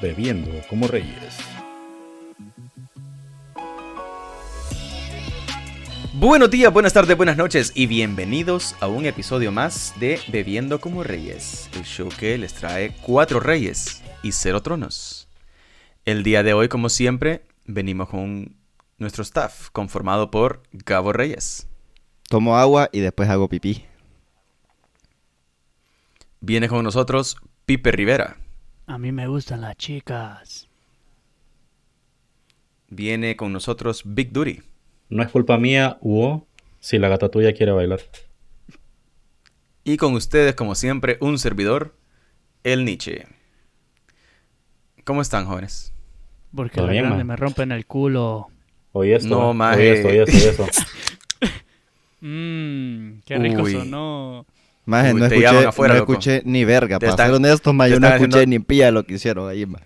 Bebiendo como Reyes. Buenos días, buenas tardes, buenas noches y bienvenidos a un episodio más de Bebiendo como Reyes, el show que les trae cuatro reyes y cero tronos. El día de hoy, como siempre, venimos con nuestro staff conformado por Gabo Reyes. Tomo agua y después hago pipí. Viene con nosotros Pipe Rivera. A mí me gustan las chicas. Viene con nosotros Big Duty. No es culpa mía, Hugo, si la gata tuya quiere bailar. Y con ustedes, como siempre, un servidor, el Nietzsche. ¿Cómo están, jóvenes? Porque Todo las bien, grandes ma. me rompen el culo. Oye esto, No, eh. maje. oye esto, oye esto, oye esto. Mmm, qué rico Uy. sonó. Maje, Uy, no te escuché, llaman afuera, no loco. escuché ni verga. Te Para están- ser honestos, ma, te yo no están escuché haciendo- ni pía lo que hicieron ahí, ma.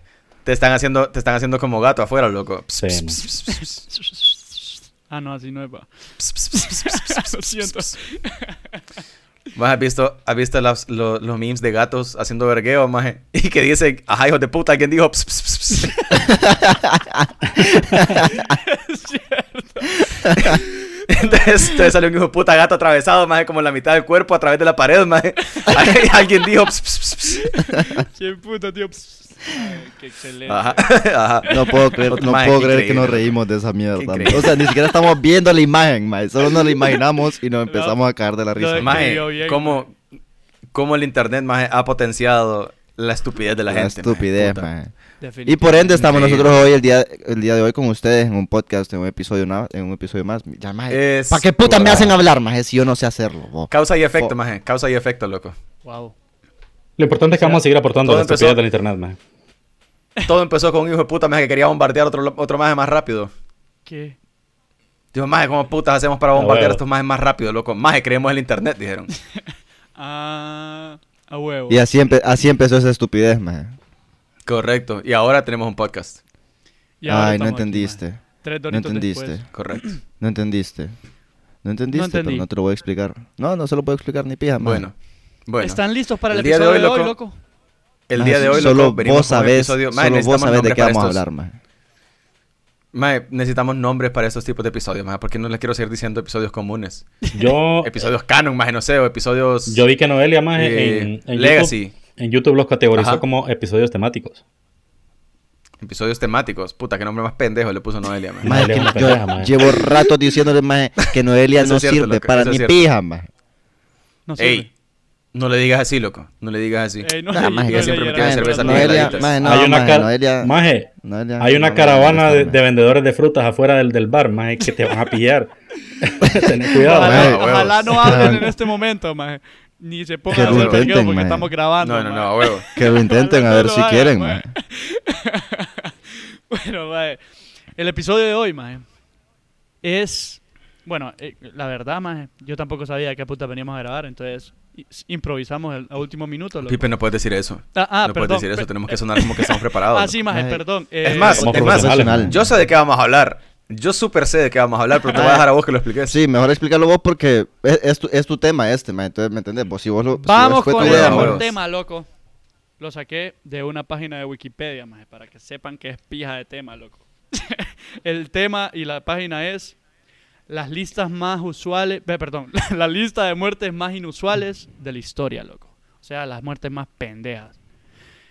Te están haciendo, te están haciendo como gato afuera, loco. Ps, Sí, ps, man. ps, ps, ps, Ah, no, así no es. va. ps, ps, ps, ps, ps, ps, Lo siento. ps, ps. Maje, ¿Has visto, has visto las- lo- los memes de gatos haciendo vergueo, maje? Y que dicen, ajá, hijos de puta, ¿quién dijo? Ps, ps, ps, ps"? Es cierto. Entonces, te salió un hijo de puta gato atravesado, maje, como en la mitad del cuerpo, a través de la pared, maje. Ahí Alguien dijo, "Ps, ps, ps, ps". Qué puta, tío. Pss. Ay, qué excelente. Ajá, ajá. No puedo creer, no Maje, puedo qué creer que nos increíble. reímos de esa mierda. Qué ma. increíble. O sea, ni siquiera estamos viendo la imagen, ma. Solo nos la imaginamos y nos empezamos a caer de la risa. no, ma. Maje, escribió bien, ¿cómo, cómo el internet, maje, ha potenciado la estupidez de la, La gente? maje? estupidez, Puta. ma. Definitivamente. Y por ende estamos Increíble. nosotros hoy, el día, el día de hoy, con ustedes en un podcast, en un episodio, na- en un episodio más. Ya, ma, Es ¿Para qué puta me pura- hacen hablar, ma? Si yo no sé hacerlo, bo. Causa y efecto, Fo- maje. Causa y efecto, loco. Wow. Lo importante es que O sea, vamos a seguir aportando a todo la empezó- estupidez del internet, maje. Todo empezó con un hijo de puta, maje, que quería bombardear otro, lo- otro maje más rápido. ¿Qué? Dijo, maje, ¿cómo putas hacemos para Ah, bombardear huevo. a estos majes más rápido, loco? Maje, creemos el internet, dijeron. Ah, a huevo. Y así, empe- así empezó esa estupidez, ma. Correcto. Y ahora tenemos un podcast. Y ahora Ay, no estamos aquí, entendiste. maje. Tres no doritos entendiste. después. Correcto. No entendiste. No entendiste, entendí. pero no te lo voy a explicar. No, no se lo puedo explicar ni pija, man. Bueno. Bueno. ¿Están listos para el, El día de episodio hoy, de hoy, loco. loco? El Ma, día de hoy, solo loco, venimos vos con un sabés, episodio- Maje, solo vos necesitamos sabés de nombres qué para vamos a estos- hablar, man. Maje, necesitamos nombres para estos tipos de episodios, maje, porque no les quiero seguir diciendo episodios comunes. eh. Yo, Episodios canon, maje, no sé, o episodios... yo vi que Noelia, maje, Eh, en, en Legacy. YouTube, en YouTube los categorizó Ajá. como episodios temáticos. Episodios temáticos. Puta, qué nombre más pendejo le puso Noelia, maje. Ma- Maje, Noelia que es una yo pendeja, maje. llevo rato diciéndole, maje, que Noelia Eso no es cierto, sirve loco, para eso es ni cierto. pija, man. No sirve. Ey, no le digas así, loco. No le digas así. Ey, no, Nah, maje, yo que siempre leí me la quieren letra. cerveza Noelia, negra. maje, Eh, no, hay una, maje, ca- Noelia- maje, Noelia, hay no una me caravana molesta, de, maje. de vendedores de frutas afuera del, del bar, maje, que te van a pillar. Tenés cuidado, Ojalá, maje. Maje, ojalá huevos. no hablen en este momento, maje. Ni se pongan Que a lo hacer vergueo intenten, porque maje. estamos grabando. No, no, no, maje. a huevo. Que lo intenten a No ver lo si hagan, quieren, maje. man. bueno, maje. El episodio de hoy, maje, es. Bueno, eh, la verdad, maje, yo tampoco sabía de qué puta veníamos a grabar, entonces i- improvisamos el, a último minuto. loco. Pipe, no puedes decir eso. ah, ah, no puedes perdón. decir eso. pe- Tenemos que sonar como que estamos preparados. Ah, loco. sí, maje, Maje. perdón. Es eh, más, Somos es más, profesionales. yo sé de qué vamos a hablar. Yo súper sé de qué vamos a hablar, pero te voy a dejar a vos que lo expliques. Ah, Sí, mejor explícalo vos porque es, es tu, es tu tema este, man. Entonces, ¿me entendés? Vos, si vos lo, si Vamos vos fue tu con el idea, mejor huevos. tema, loco. Lo saqué de una página de Wikipedia, maje, para que sepan que es pija de tema, loco. el tema y la página es las listas más usuales, ve, perdón, la lista de muertes más inusuales de la historia, loco. O sea, las muertes más pendejas.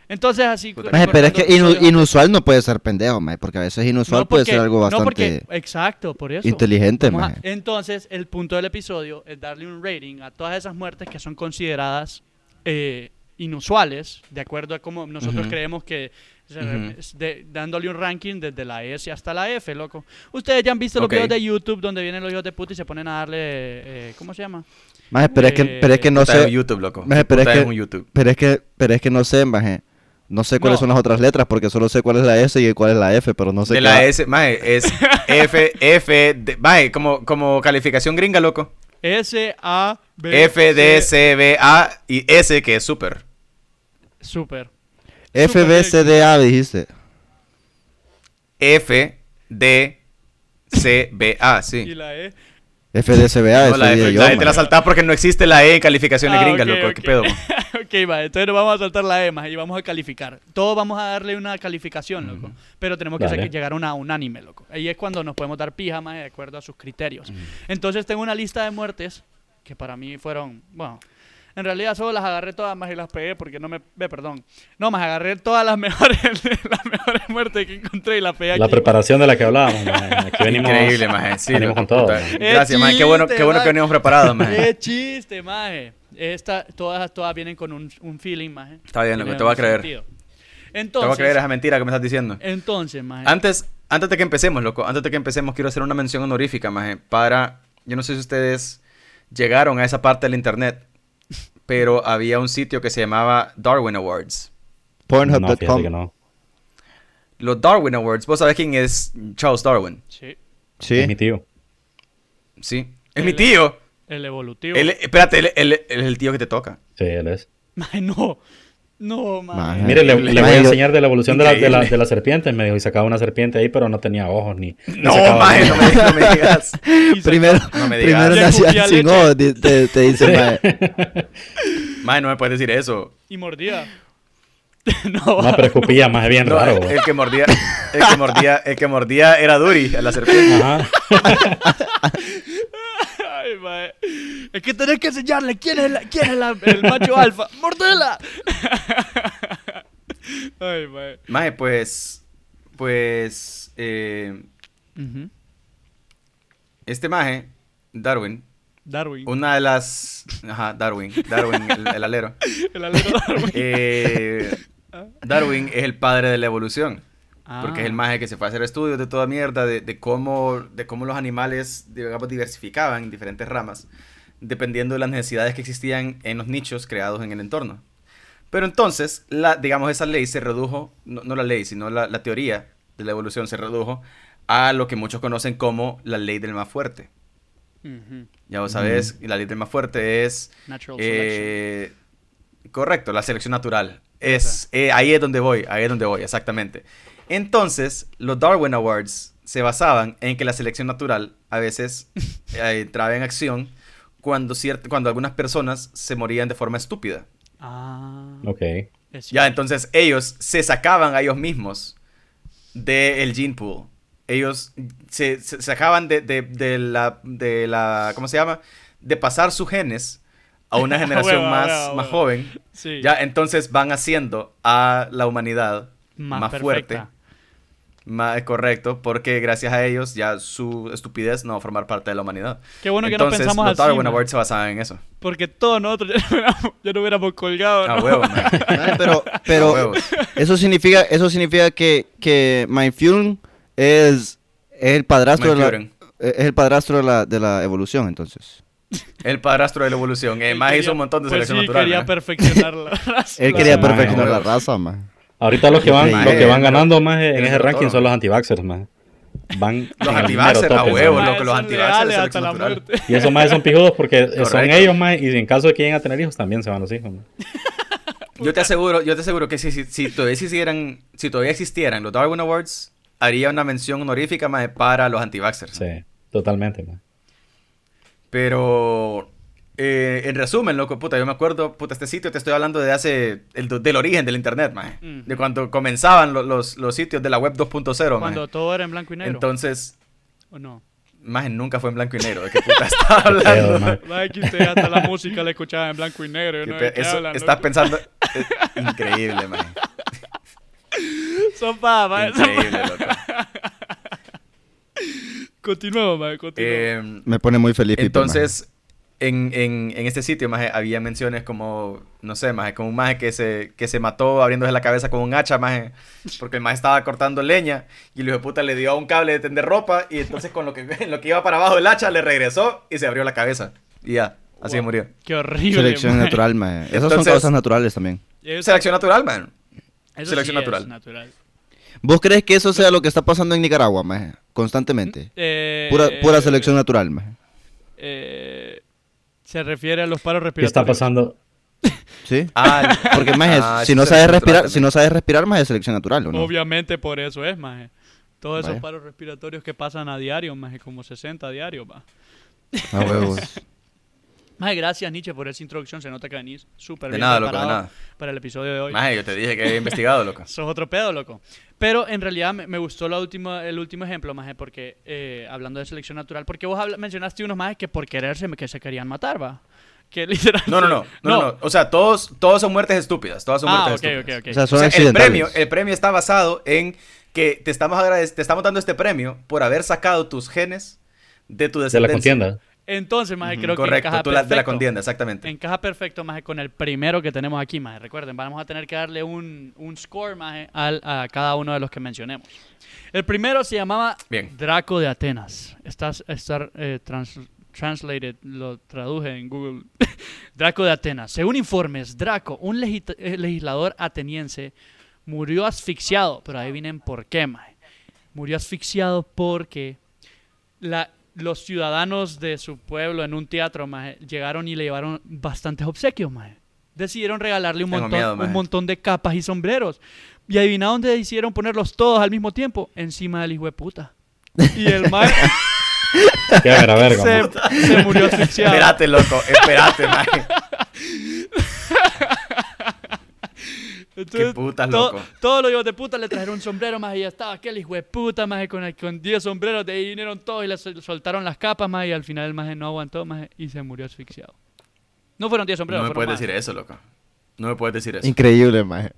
Entonces, así... Puta. Maje, pero es que recordando inu- episodios- inusual no puede ser pendejo, man. Porque a veces inusual No, puede porque- ser algo no, porque- bastante exacto, por eso. inteligente, Vamos a- man. entonces, el punto del episodio es darle un rating a todas esas muertes que son consideradas eh, inusuales, de acuerdo a cómo nosotros Ujú. creemos que, se- Ujú. es de- dándole un ranking desde la S hasta la F, loco. Ustedes ya han visto los Ok. videos de YouTube donde vienen los hijos de puta y se ponen a darle, eh, ¿cómo se llama? Maje, pero es que, pero es que no Puta, es un sé. YouTube, loco. Maje, pero es Puta, que- es un YouTube. Pero es que, pero es que no sé, maje. No sé cuáles No. son las otras letras porque solo sé cuál es la S y cuál es la F, pero no sé de qué la va- S, maje, es F, F, D- maje, como, como calificación gringa, loco. S, A, B, F, D, C. C, B, A y S, que es súper. Super. F, B, C, D, A, dijiste. F, D, C, B, A, sí. Y la E. F, D, C, B, A, No, eso la dije F, yo, la E te la maje. saltás porque no existe la E en calificaciones Ah, gringas, ok, loco. ok. ¿Qué pedo? mo? Ok, Ok, va, entonces nos vamos a saltar la E, maje, y vamos a calificar. Todos vamos a darle una calificación, loco. Pero tenemos que Vale. saque- llegar a una unánime, loco. Ahí es cuando nos podemos dar pija, maje, de acuerdo a sus criterios. Entonces tengo una lista de muertes que para mí fueron, bueno, en realidad solo las agarré todas más y las pegué porque no me, ve, perdón. No, más agarré todas las mejores, las mejores muertes que encontré y las pegué La aquí. preparación de la que hablábamos, mae. Aquí venimos, Increíble, maje. Sí, venimos loco, con todo. puta. mae. Gracias, maje. Qué bueno, qué bueno que venimos preparados, maje. Qué chiste, maje. Esta, todas, todas vienen con un, un feeling, maje. Está bien, loco, Tiene te voy a mucho creer. sentido. Te Entonces, voy a creer esa mentira que me estás diciendo. Eh, entonces, maje. Antes, antes de que empecemos, loco, antes de que empecemos, quiero hacer una mención honorífica, maje, para... Yo no sé si ustedes llegaron a esa parte del internet, pero había un sitio que se llamaba Darwin Awards. No, fíjate que Pornhub.com. no. Los Darwin Awards, vos sabés quién es Charles Darwin, Sí, Es mi Sí. tío. ¿sí? Es Él mi es- tío. el evolutivo. Él, espérate, él, él- él es el tío que te toca. Sí, él es. Maje, no. No, maje. Maje. Mire, le, le voy a Mae, yo- enseñar de la evolución de la, de, la, Ah, Increíble. de la serpiente. Me dijo, y sacaba una serpiente ahí, pero no tenía ojos ni. No, sacaba maje, no nada. me, no me digas. Y se- Primero, No me digas. primero Le escupía nacía sin leche. ojos, di- te, te dice, mae. Maje, no me puedes decir eso. Y mordida. no, No, pero escupía más bien No, eh. raro. el, el que mordía, el que mordía, el que mordía era Duri, a la serpiente. Ajá. Ay, maje. Es que tenés que enseñarle quién es, la- quién es la- el macho alfa. ¡Mordela! Ay, maje. Maje, pues, pues, eh, Ujú. este maje, Darwin, Darwin. una de las, ajá, Darwin, Darwin, el, el alero. El alero Darwin. Eh, Darwin es el padre de la evolución, porque es el Ah. maje que se fue a hacer estudios de toda mierda, de, de cómo, de cómo los animales, digamos, diversificaban en diferentes ramas, dependiendo de las necesidades que existían en los nichos creados en el entorno. Pero entonces, la, digamos, esa ley se redujo, no, no la ley, sino la, la teoría de la evolución se redujo a lo que muchos conocen como la ley del más fuerte. Ujú. Ya vos sabés, la ley del más fuerte es... Natural eh, correcto, la selección natural. Es, eh, ahí es donde voy, ahí es donde voy, exactamente. Entonces, los Darwin Awards se basaban en que la selección natural a veces eh, entraba en acción cuando, ciert- cuando algunas personas se morían de forma estúpida. selection. Ah. Ok. Es Ya, cierto. entonces ellos se sacaban a ellos mismos del gene pool. Ellos se, se sacaban de, de- de la, de la- ¿Cómo se llama? De pasar sus genes a una generación Hueva, más, hueva, más hueva. joven. Sí. Ya, entonces van haciendo a la humanidad más, fuerte. perfecta. Más eh, correcto, porque gracias a ellos ya su estupidez no va a formar parte de la humanidad. Qué bueno que no Entonces, pensamos los así, Darwin man. Awards se basaban en eso. Porque todos nosotros ya no hubiéramos, ya no hubiéramos colgado. A ¿no? huevo, man. Mae, Pero, A pero, huevo. Eso significa, eso significa que, que Mindfuel es, es el padrastro de la, Mindfuren. es el padrastro de la, de la evolución, entonces. El padrastro de la evolución. Eh, Él más quería- hizo un montón de pues selección sí, natural. quería man. perfeccionar la raza. Él quería Claro. perfeccionar Ah, la huevos. raza, man. Ahorita los que van, Mae, los que van ganando más eres en ese un ranking toro. son los antivaxers más. Van Los en el antivaxers, mero a tope, huevo, mae. loco, los Son antivaxers de leales hasta selección la natural. muerte. Y esos más son pijudos porque son Correcto. ellos más y en caso de que lleguen a tener hijos también se van los hijos. mae. Yo te aseguro, yo te aseguro que si, si, si todavía existieran, si todavía existieran los Darwin Awards, haría una mención honorífica más para los antivaxxers. Sí, totalmente. mae. Pero eh, en resumen, loco, puta, yo me acuerdo, puta, este sitio te estoy hablando de hace el, do- del origen del internet, maje. Ujú. De cuando comenzaban lo- los, los sitios de la web 2.0, maje. Cuando todo era en blanco y negro. Entonces, ¿O no? maje, nunca fue en blanco y negro. ¿De qué puta estás hablando? Pedo, mae. Ay, que usted hasta la música la escuchaba en blanco y negro. yo ¿Qué no pe- sé qué eso- hablan, estás loco. pensando... eh, increíble, maje. Son pa, ma, son pa. Increíble, loco. Continuemos, ma, continuemos. Eh, Me pone muy feliz. Pipe, Entonces, en, en- en este sitio, maje, había menciones como, no sé, maje, como un maje que se, que se mató abriéndose la cabeza con un hacha, maje, porque el maje estaba cortando leña y el hijo de puta le dio a un cable de tender ropa y entonces con lo que, lo que iba para abajo el hacha le regresó y se abrió la cabeza. Y ya, así Wow, murió. Qué mae. horrible. Selección ma. natural, man. Esas Entonces- son cosas naturales también. Eso- Selección natural, man. eso selección sí es natural. ¿Vos crees que eso sea lo que está pasando en Nicaragua, man? Constantemente. Eh, Pura, pura eh, selección natural, man. eh, se refiere a los paros ¿Qué respiratorios. está pasando? ¿Sí? Ah, Porque, maje, ah, si no sí, sabes selección respirar, natural si no sabes respirar, más es selección natural, ¿o no? Obviamente por eso es, maje. Todos esos Vaya. paros respiratorios que pasan a diario, maje, como 60 a diario, va. A huevos. Maje, gracias Nietzsche por esa introducción. Se nota que venís súper De bien nada, loco, de preparado nada. para el episodio de hoy. Maje, yo te dije que había investigado, loco. Sos otro pedo, loco. Pero en realidad me, me gustó la última, el último ejemplo, maje, porque eh, hablando de selección natural, porque vos habla- mencionaste unos majes que por quererse me- que se querían matar, va. Que literal. No, no, no, no, no, no. O sea, todos, todos son muertes estúpidas. Todas son Ah, muertes ok, ok, estúpidas. ok. O sea, O son sea, el accidentales. premio, el premio está basado en que te estamos agradec- te estamos dando este premio por haber sacado tus genes de tu de la descendencia. contienda. Entonces, maje, Ujú, creo que Correcto, encaja tú la- de la perfecto. contienda, exactamente. Encaja perfecto, maje, con el primero que tenemos aquí, maje. Recuerden, vamos a tener que darle un, un score, maje, al- a cada uno de los que mencionemos. El primero se llamaba Bien. Draco de Atenas. Estás, estar eh, trans- translated, lo traduje en Google. Draco de Atenas. Según informes, Draco, un legita- eh, legislador ateniense, murió asfixiado. Pero adivinen por qué, maje. Murió asfixiado porque la- los ciudadanos de su pueblo en un teatro, maje, llegaron y le llevaron bastantes obsequios, maje. Decidieron regalarle un Tengo montón, miedo, maje. un montón de capas y sombreros. Y adivina dónde decidieron ponerlos todos al mismo tiempo. Encima del hijo de puta. Y el maje Qué verga, verga. se, man. se murió asfixiado. Espérate, loco, espérate, maje. Entonces, Qué putas, to- loco. Todos los hijos de puta le trajeron un sombrero más y ya estaba aquel hijo de puta más con con 10 sombreros. De ahí vinieron todos y le sol- soltaron las capas más y al final el más no aguantó más y se murió asfixiado. No fueron 10 No sombreros. me fueron puedes decir eso, loco. No me puedes decir eso. Increíble, maje.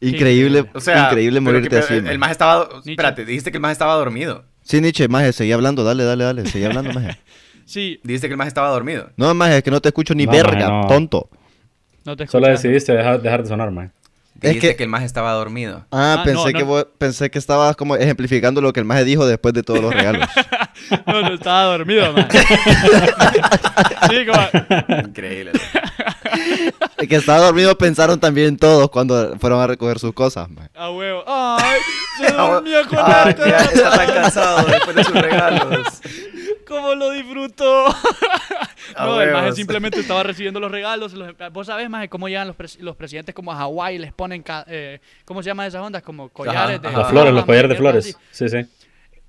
Increíble, O sea, increíble pero morirte que- pero así. El, maje. el maje estaba. Espérate, dijiste que el maje estaba dormido. Sí, Nietzsche, maje, seguí hablando, dale, dale, dale, seguí hablando, maje. más. Sí, Dijiste que el maje estaba dormido. No, maje, es que no te escucho ni No, maje, verga, no. tonto. no te Solo escuchas. decidiste dejar, dejar de sonar, man. Dijiste que... que- el maje estaba dormido. Ah, Ah, pensé no, que no. vos- pensé que estabas como ejemplificando lo que el maje dijo después de todos los regalos. No, no estaba dormido, más. sí, como- Increíble. loco. El que estaba dormido pensaron también todos cuando fueron a recoger sus cosas, maje. a huevo. Ay, se durmió con Ay, arte. Ah, ya está tan cansado después de sus regalos. ¿Cómo lo disfrutó? A no, el maje huevos. simplemente estaba recibiendo los regalos. los- Vos sabés, maje, cómo llegan los, pres- los presidentes como a Hawái y les ponen, ca- eh, ¿cómo se llama esas ondas? Como collares de... ajá. Las flores, los maje, collares de mierda flores. así. Sí, sí.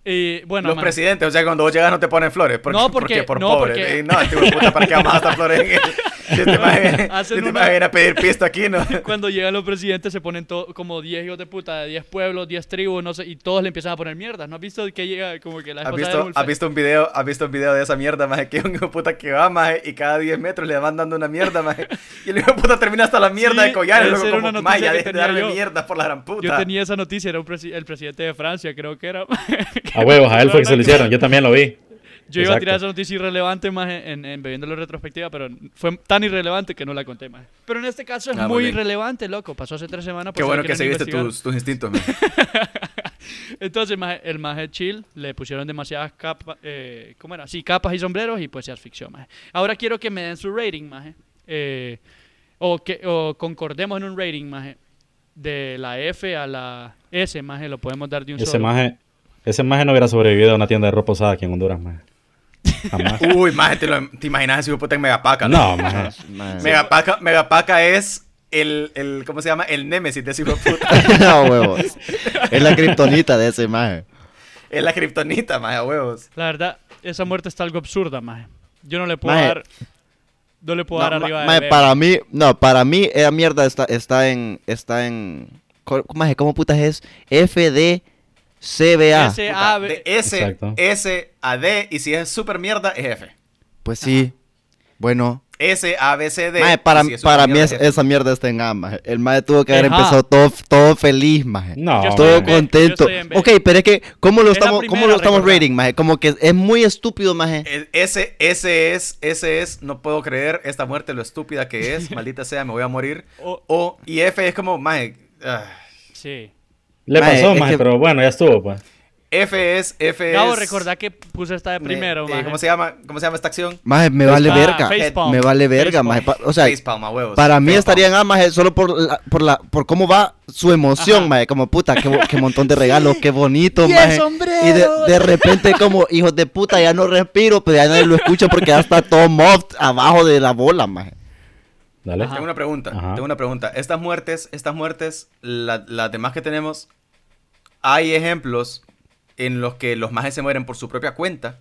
Y bueno, Los maje, presidentes, o sea, cuando vos llegas no te ponen flores. Porque, No, porque- por no, pobre. porque- Eh, No, este hijo de puta, ¿para qué vamos a gastar flores en él? Si este maje si Hacen este una- maje viene a pedir pisto aquí, ¿no? cuando llegan los presidentes se ponen to- como 10 hijos de puta, de 10 pueblos, 10 tribus, no sé, y todos le empiezan a poner mierdas. ¿No has visto que llega como que la ¿Has esposa de visto, Adolf- has visto un video, has visto un video de esa mierda, maje, que un hijo de puta que va, maje, y cada 10 metros le van dando una mierda, maje, y el hijo de puta termina hasta la mierda Sí, de collares, esa luego era como, una maje, ya noticia que deje de tenía darme yo. mierda por la gran puta. Yo tenía esa noticia, era un presi- el presidente de Francia, creo que era. A huevos, a él fue que se lo hicieron. Yo también lo vi. Yo iba a tirar esa Exacto. noticia irrelevante más en, en bebiéndolo en retrospectiva, pero fue tan irrelevante que no la conté más. Pero en este caso es Ah, muy muy bien. irrelevante, loco. Pasó hace tres semanas. por Qué si lo bueno que quieren seguiste investigar. tus, tus instintos, maje. Entonces maje, el maje chill le pusieron demasiadas capas, eh, ¿cómo era? Sí, capas y sombreros y pues se asfixió, maje. Ahora quiero que me den su rating, maje. Eh, o, que, o concordemos en un rating, maje. De la F a la S, maje, lo podemos dar de un Ese solo. maje, ese maje no hubiera sobrevivido a una tienda de ropa usada aquí en Honduras, maje. Jamás. Uy, maje, te, lo, em, te imaginas ese hijo de puta en Megapaca, No, maje. Maje. Megapaca, Megapaca es el, el, ¿cómo se llama? El némesis de ese hijo de puta. Ah, huevos. Es la kriptonita de ese maje. Es la kriptonita, maje, a huevos. La verdad, esa muerte está algo absurda, maje. Yo no le puedo Maje. dar. No le puedo No, dar ma- arriba de Maje, B, para mí, no, para mí esa mierda está, está en, está en, co- maje, ¿cómo putas es? FDCBA. S, Puta, Eh, A, B- de S, Exacto. S, A, D, y si es super mierda, es F. Pues sí, bueno. S, A, B, C, D. Maje, y para, si es para supermierda, mí es- F. esa mierda está en A, maje. El maje tuvo que haber Ajá. empezado todo, todo feliz, maje. No, Yo estoy Todo en B, maje. contento. yo estoy en B. Ok, pero es que, ¿cómo lo Es la estamos, cómo primera, lo estamos recordá. rating, maje? Como que es muy estúpido, maje. E- Ese, ese es, ese es, no puedo creer esta muerte, lo estúpida que es, maldita sea, me voy a morir. O- O, y F es como, maje, ah. sí. Le Maje, pasó, es maje, que- pero bueno, ya estuvo, pues. F es, F es. Gabo, recordá que puse esta de me- primero, eh, maje. ¿Cómo se llama, cómo se llama esta acción? Maje, me vale Facepalm, verga. facepalm, Me vale verga, facepalm. maje. Pa- O sea, Facepalm, a huevos. Para mí Facepalm. estaría en A, maje, solo por, la- por, la, por cómo va su emoción, Ajá. maje. Como puta, qué, bo- qué montón de regalos, qué bonito, Diez maje. Y de, sombreros. de repente, como hijos de puta, ya no respiro, pero ya nadie lo escucha porque ya está todo mob abajo de la bola, maje. Dale. Ajá. Tengo una pregunta, Ajá. tengo una pregunta. Estas muertes, estas muertes, la- las demás que tenemos, hay ejemplos en los que los majes se mueren por su propia cuenta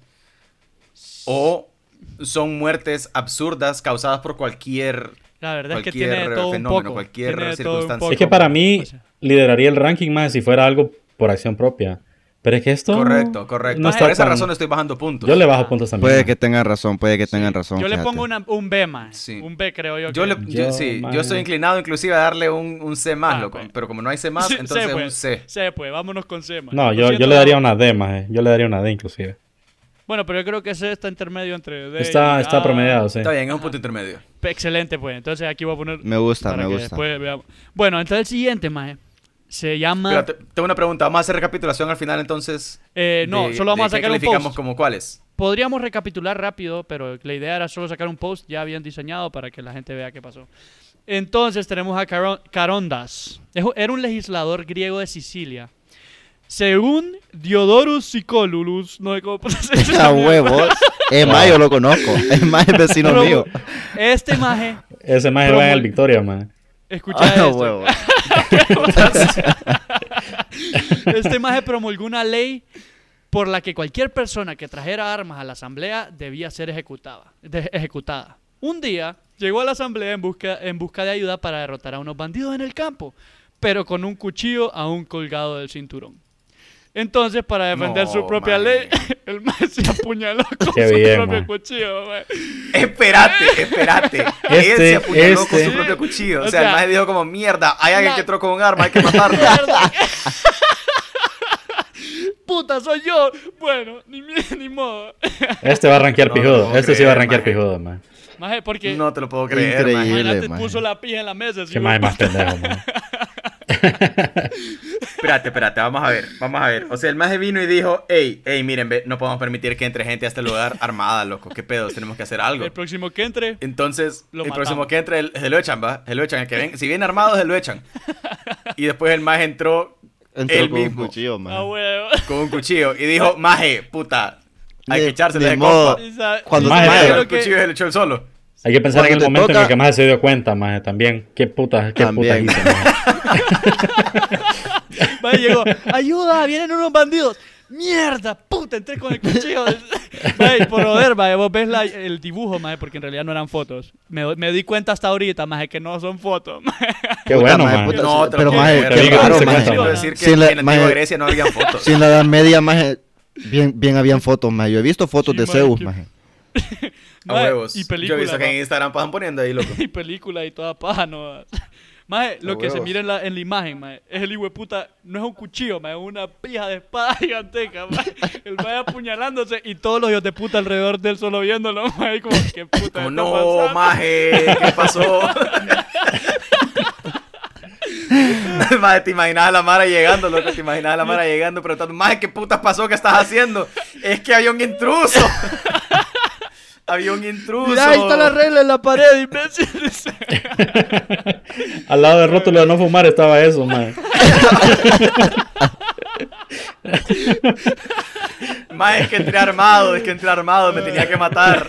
o son muertes absurdas causadas por cualquier La verdad es que Cualquier tiene de todo un fenómeno, poco. cualquier tiene de todo un circunstancia. poco, Es Es que para mí o sea. lideraría el ranking más si fuera algo por acción propia. Pero es que esto. Correcto, correcto. Ah, no está Por esa tan- razón estoy bajando puntos. Yo le Ah. bajo puntos también. Puede que tengan razón, puede que tengan razón. Yo le fíjate. pongo una- un B más. Sí. Un B creo yo. Yo, que- le- yo- Yo, sí, yo man. estoy inclinado inclusive a darle un, un C más, Ah, loco. bueno. Pero como no hay C más, Sí, entonces pues, un C. C, pues, vámonos con C más. No, Lo yo, yo siento, le daría no. una D más. eh. Yo le daría una D inclusive. Bueno, pero yo creo que C está intermedio entre D y Está, A. está promediado, sí. Está bien, es un punto intermedio. Excelente, pues. Entonces aquí voy a poner. Me gusta, para me que gusta. después veamos. Bueno, entonces el siguiente, maje. Se llama. Pero te- tengo una pregunta. Vamos a hacer recapitulación al final entonces. eh, no, de- solo vamos de a qué sacar un calificamos post. como cuáles. Podríamos recapitular rápido, pero la idea era solo sacar un post ya bien diseñado para que la gente vea qué pasó. Entonces tenemos a Caro- Carondas. Es un- Era un legislador griego de Sicilia. Según Diodorus Sicolulus, no sé cómo pronunciar ese A nombre. huevos. Es más, yo lo conozco. Es más, es vecino Pero, mío. Este maje, Ese más va en Promo- el Victoria, más. escucha A esto. Ah, huevos. Este maje promulgó una ley por la que cualquier persona que trajera armas a la asamblea debía ser ejecutada. de- ejecutada. Un día llegó a la asamblea en busca, en busca de ayuda para derrotar a unos bandidos en el campo, pero con un cuchillo aún colgado del cinturón. Entonces, para defender No, su propia maje. ley, el maje se apuñaló con Qué su bien, propio maje. cuchillo. maje. Espérate, espérate. Él Este, se apuñaló con este. su propio cuchillo. O O sea, el sea, maje dijo como mierda. Hay alguien la- que entró con un arma, hay que matarlo. Puta, soy yo. Bueno, ni, mi- ni modo. Este va a rankear No, pijudo. no, este sí va a creer, rankear maje. pijudo, Este más. Maje, porque No te lo puedo creer, Increíble. maje. imagínate, maje. puso la pija en la mesa. así, Qué más güey. más pendejo, man. Espérate, espérate, vamos a ver, vamos a ver. O sea, el maje vino y dijo, hey, hey, miren, ve, no podemos permitir que entre gente a este lugar armada, loco. ¿Qué pedos? Tenemos que hacer algo. El próximo que entre. Entonces, Lo el matamos. próximo que entre, el- se lo echan, ¿va? Se lo echan. El que ven, si viene armado, se lo echan. Y después el maje entró, Entró él con un mismo cuchillo, man. A huevo. con un cuchillo y dijo, maje, puta, hay Ni- que echárselo ni de modo. compa. Y sabe- Cuando y se sabe maje, Pero lo el que- cuchillo se lo echó él solo. Hay que pensar en Porque el te momento en toca- el que más se dio cuenta, más. También, qué puta, qué puta También. hice, maje. Maje llegó. Ayuda, vienen unos bandidos. Mierda, puta, entré con el cuchillo. Maje, por joder, maje, vos ves la- el dibujo, maje, porque en realidad no eran fotos. Me, doy- me di cuenta hasta ahorita, maje, que no son fotos. maje. Qué Puta, bueno, maje, man. puta, No, te lo pero puedo maje, creer. Te qué digo, raro, te maje. cuento, Quiero man. decir que Sí, la- en antigua maje- Grecia no había fotos. Si en la Edad Media, maje, bien, bien habían fotos, maje. Yo he visto fotos Sí, de maje, Zeus, qué- maje. A Maje, huevos. Y Yo he películas. visto que en Instagram pasan poniendo ahí, loco. Y película y toda paja, no. Maje, lo A que se huevos. mira en la, en la imagen, maje, es el hijo de puta, no es un cuchillo, maje, es una pija de espada giganteca, maje. El maje apuñalándose y todos los hijos de puta alrededor de él solo viéndolo, maje, como, qué puta. Como, está no, pasando?" maje, ¿qué pasó? maje, te imaginas a la Mara llegando, loco, te imaginas a la Mara llegando preguntando, maje, ¿qué putas pasó? ¿Qué estás haciendo? Es que había un intruso. había un intruso. Mira, ahí está la regla en la pared, imbécil. Al lado del rótulo de no fumar estaba eso, man. Maje, es que entré armado, es que entré armado, me tenía que matar.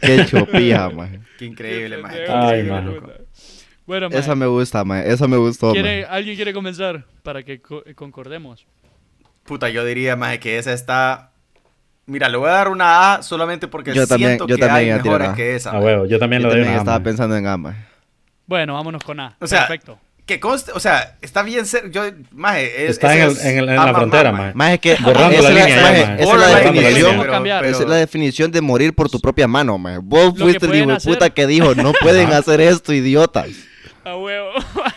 Qué chopija, maje. Qué increíble, maje. qué Ay, increíble, maje. loco. Bueno, maje, Esa me gusta, maje. Esa me gustó, ¿quiere- maje. ¿alguien quiere comenzar para que co- concordemos? Puta, yo diría, maje, que esa está... Mira, le voy a dar una A solamente porque Yo también- siento yo que también iba hay a tirar mejores A. que esa. A huevo, yo también Yo lo doy también una A, estaba maje. pensando en A, maje. Bueno, vámonos con A. O sea, Perfecto. Que conste, o sea, está bien ser. Yo, maje, es- Está en, ese el- es en el- en A la más frontera, más, man. Maje, que... Borrando esa la es línea ya, maje, maje. Esa es Borra la la definición. línea, pero- cambiar. pero- Esa es la definición de morir por tu propia mano, maje. Vos que fuiste el pueden hijo de hacer- puta que dijo, no pueden hacer esto, idiotas. A huevo.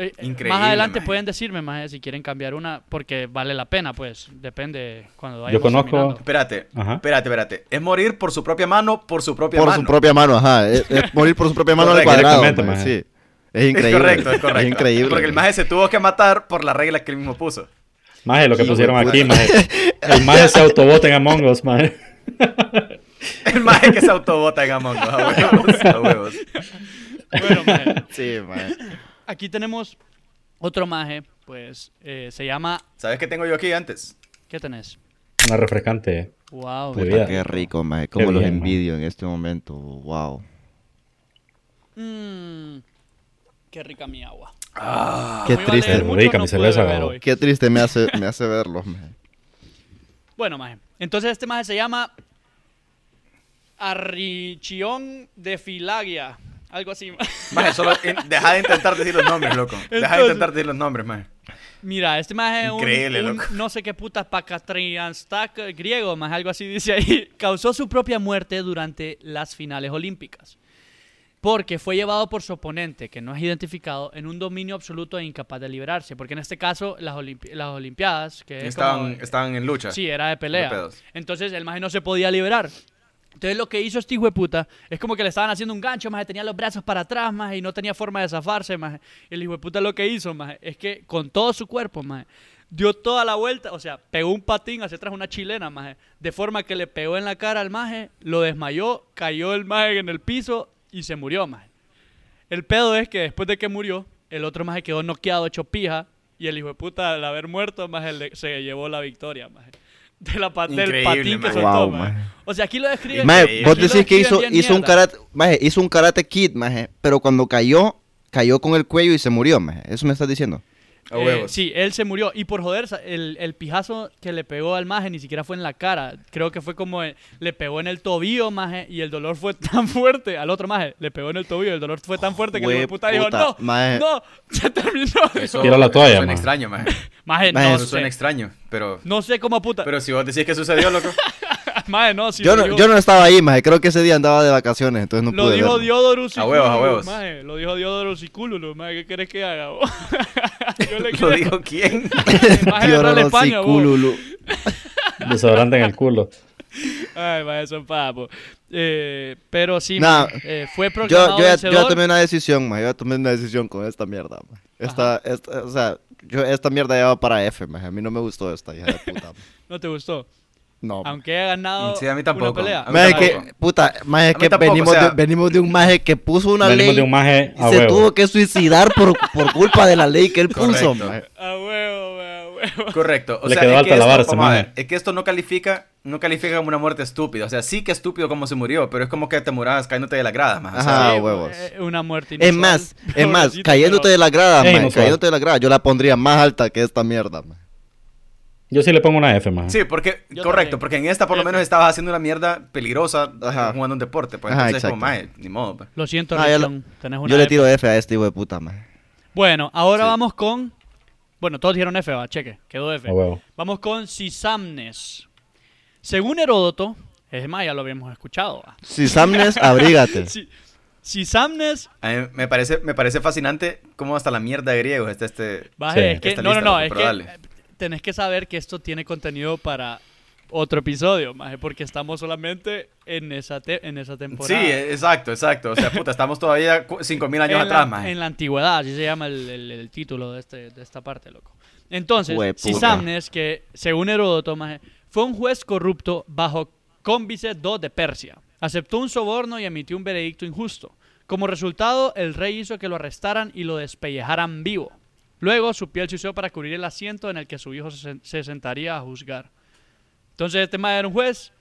Eh, eh, Más Increíble, adelante maje. pueden decirme, más eh, si quieren cambiar una, porque vale la pena, pues. Depende cuando vayamos Yo conozco- terminando. Espérate, Ajá. espérate, espérate. Es morir por su propia mano, por su propia por mano. su propia mano, ajá. Es- es morir por su propia mano al Correcto, cuadrado. directamente, maje, maje. Sí. Es increíble. Es correcto, es correcto. Es increíble. Porque el maje se tuvo que matar por la regla que él mismo puso. Maje, lo que Hijo de pusieron puta. aquí, maje. El maje se autobota en Among Us, maje. El maje que se autobota en Among Us, a huevos, a huevos. Bueno, maje, Sí, maje. aquí tenemos otro maje, pues eh, se llama. ¿Sabes qué tengo yo aquí antes? ¿Qué tenés? Una refrescante. eh. Wow. Muy qué bien. Qué rico. rico, maje. Como los bien, maje. envidio en este momento. Wow. Mm, qué rica mi agua. Qué Como iba a leer triste. Qué mucho, rica mi pude cerveza, beber babo. hoy. Qué triste me hace, me hace verlos, maje. Bueno, maje. Entonces este maje se llama Arrichión de Filagia. Algo así. ma. Maje, solo in- deja de intentar decir los nombres, loco. Deja de Entonces- intentar decir los nombres, maje. Mira, este más es un- Increíble, un, loco. no sé qué putas pacatrianstac eh, griego, más algo así dice ahí. Causó su propia muerte durante las finales olímpicas. Porque fue llevado por su oponente, que no es identificado, en un dominio absoluto e incapaz de liberarse. Porque en este caso, las, olimpi- las Olimpiadas, que es Estaban, como- estaban en lucha. Sí, era de pelea. De pedos. Entonces el maje no se podía liberar. Entonces lo que hizo este hijo de puta es como que le estaban haciendo un gancho, más tenía los brazos para atrás, más y no tenía forma de zafarse, más. El hijo de puta lo que hizo, más es que con todo su cuerpo, más dio toda la vuelta, o sea, pegó un patín hacia atrás una chilena, más de forma que le pegó en la cara al maje, lo desmayó, cayó el maje en el piso y se murió, más. El pedo es que después de que murió, el otro maje quedó noqueado, hecho pija. Y el hijo de puta, al haber muerto, maje, le- se llevó la victoria, maje. De la, pa- del Increíble, patín que maje. soltó, Wow, maje. maje. O sea, aquí lo describen. Maje, Increíble. vos aquí lo decís que describen hizo, bien hizo un mierda. karate, maje, hizo un karate kid, maje, pero cuando cayó, cayó con el cuello y se murió, maje. Eso me estás diciendo. A Eh, huevos. sí, él se murió. Y por joder, sa- el, el pijazo que le pegó al maje ni siquiera fue en la cara. Creo que fue como eh, le pegó en el tobillo, maje, y el dolor fue tan fuerte. Al otro maje le pegó en el tobillo, el dolor fue tan fuerte que el hijo de puta dijo, Jueputa, no, maje. no, se terminó. Eso, Tira la toalla, eso suena maje. extraño, maje. Maje, Maje, no Eso suena sé. extraño, pero... No sé cómo puta. Pero si vos decís que sucedió, loco. Maje, no, sí, yo, lo no, dijo, yo no estaba ahí, maje. Creo que ese día andaba de vacaciones, entonces no lo pude dijo verlo. Diodorus A huevos, a Siculus, huevos. maje, Lo dijo Diodorus y Cúlulo, maje, ¿qué querés que haga? vos? yo le ¿Lo creo. dijo quién? Maje, de Real Diodorus España, vos. Sicululu. Desodorante en el culo. Ay, maje, son papos. Eh, pero sí, Nah, maje, eh, fue Yo, yo, programado ya, yo ya vencedor. tomé una decisión, maje. Yo ya tomé una decisión con esta mierda, maje. Esta, esta, o sea, yo, esta mierda ya va para F, maje. A mí no me gustó esta hija de puta. maje. No te gustó. No. maje. Aunque haya ganado Sí, a mí tampoco. una pelea. A mí Maje, tampoco. que, puta, maje, mí que tampoco, venimos, o sea- de, venimos de un maje que puso una Venimos ley. de un maje y a se huevo. tuvo que suicidar por, por culpa de la ley que él puso, Correcto. maje. A huevo, maje, a huevo. Correcto. O Le sea, quedó es alta que la esto- vara esta vamos a ver, maje. Es que esto no califica, no califica como una muerte estúpida. O sea, sí que estúpido como se murió, pero es como que te murabas cayéndote de la grada, más. O sea, Ajá, Sí, Ah, huevos. eh, Una muerte Es inusual. más, es más, Pobrecito, cayéndote pero- de la grada, Es maje, inusual. cayéndote de la grada, yo la pondría más alta que esta mierda, maje. Yo sí le pongo una F, maje. Sí, porque, Yo correcto, también. porque en esta por lo F. menos estabas haciendo una mierda peligrosa Ajá. jugando un deporte. Pues Ajá, entonces es como, exacto. mae, ni modo. pues. Lo siento, Ah, ya la- Richón, tenés una Yo le F. tiro F a este hijo de puta, maje. Bueno, ahora Sí. vamos con. Bueno, todos dijeron F, va, cheque, quedó F. A huevo. Vamos con Sisamnes. Según Heródoto, es más, ya lo habíamos escuchado. va. Si Samnes, abrígate. Si- Sisamnes, A mí me parece, me parece fascinante cómo hasta la mierda de griego está este. baje, Sí. es que. Está No, no, lista, no, loco, es pero que dale. eh, tenés que saber que esto tiene contenido para otro episodio, maje, porque estamos solamente en esa, te- en esa Sí, temporada. eh, exacto, exacto. O sea, puta, estamos todavía cu- 5000 años en atrás, la, mae. en la antigüedad, así se llama el, el- el título de, este, de esta parte, loco. Entonces, Hueputa. Sisamnes, que según Heródoto, maje, fue un juez corrupto bajo Cómbice II de Persia. Aceptó un soborno y emitió un veredicto injusto. Como resultado, el rey hizo que lo arrestaran y lo despellejaran vivo. Luego, su piel se usó para cubrir el asiento en el que su hijo se, sen- se sentaría a juzgar. Entonces, este maje era un juez,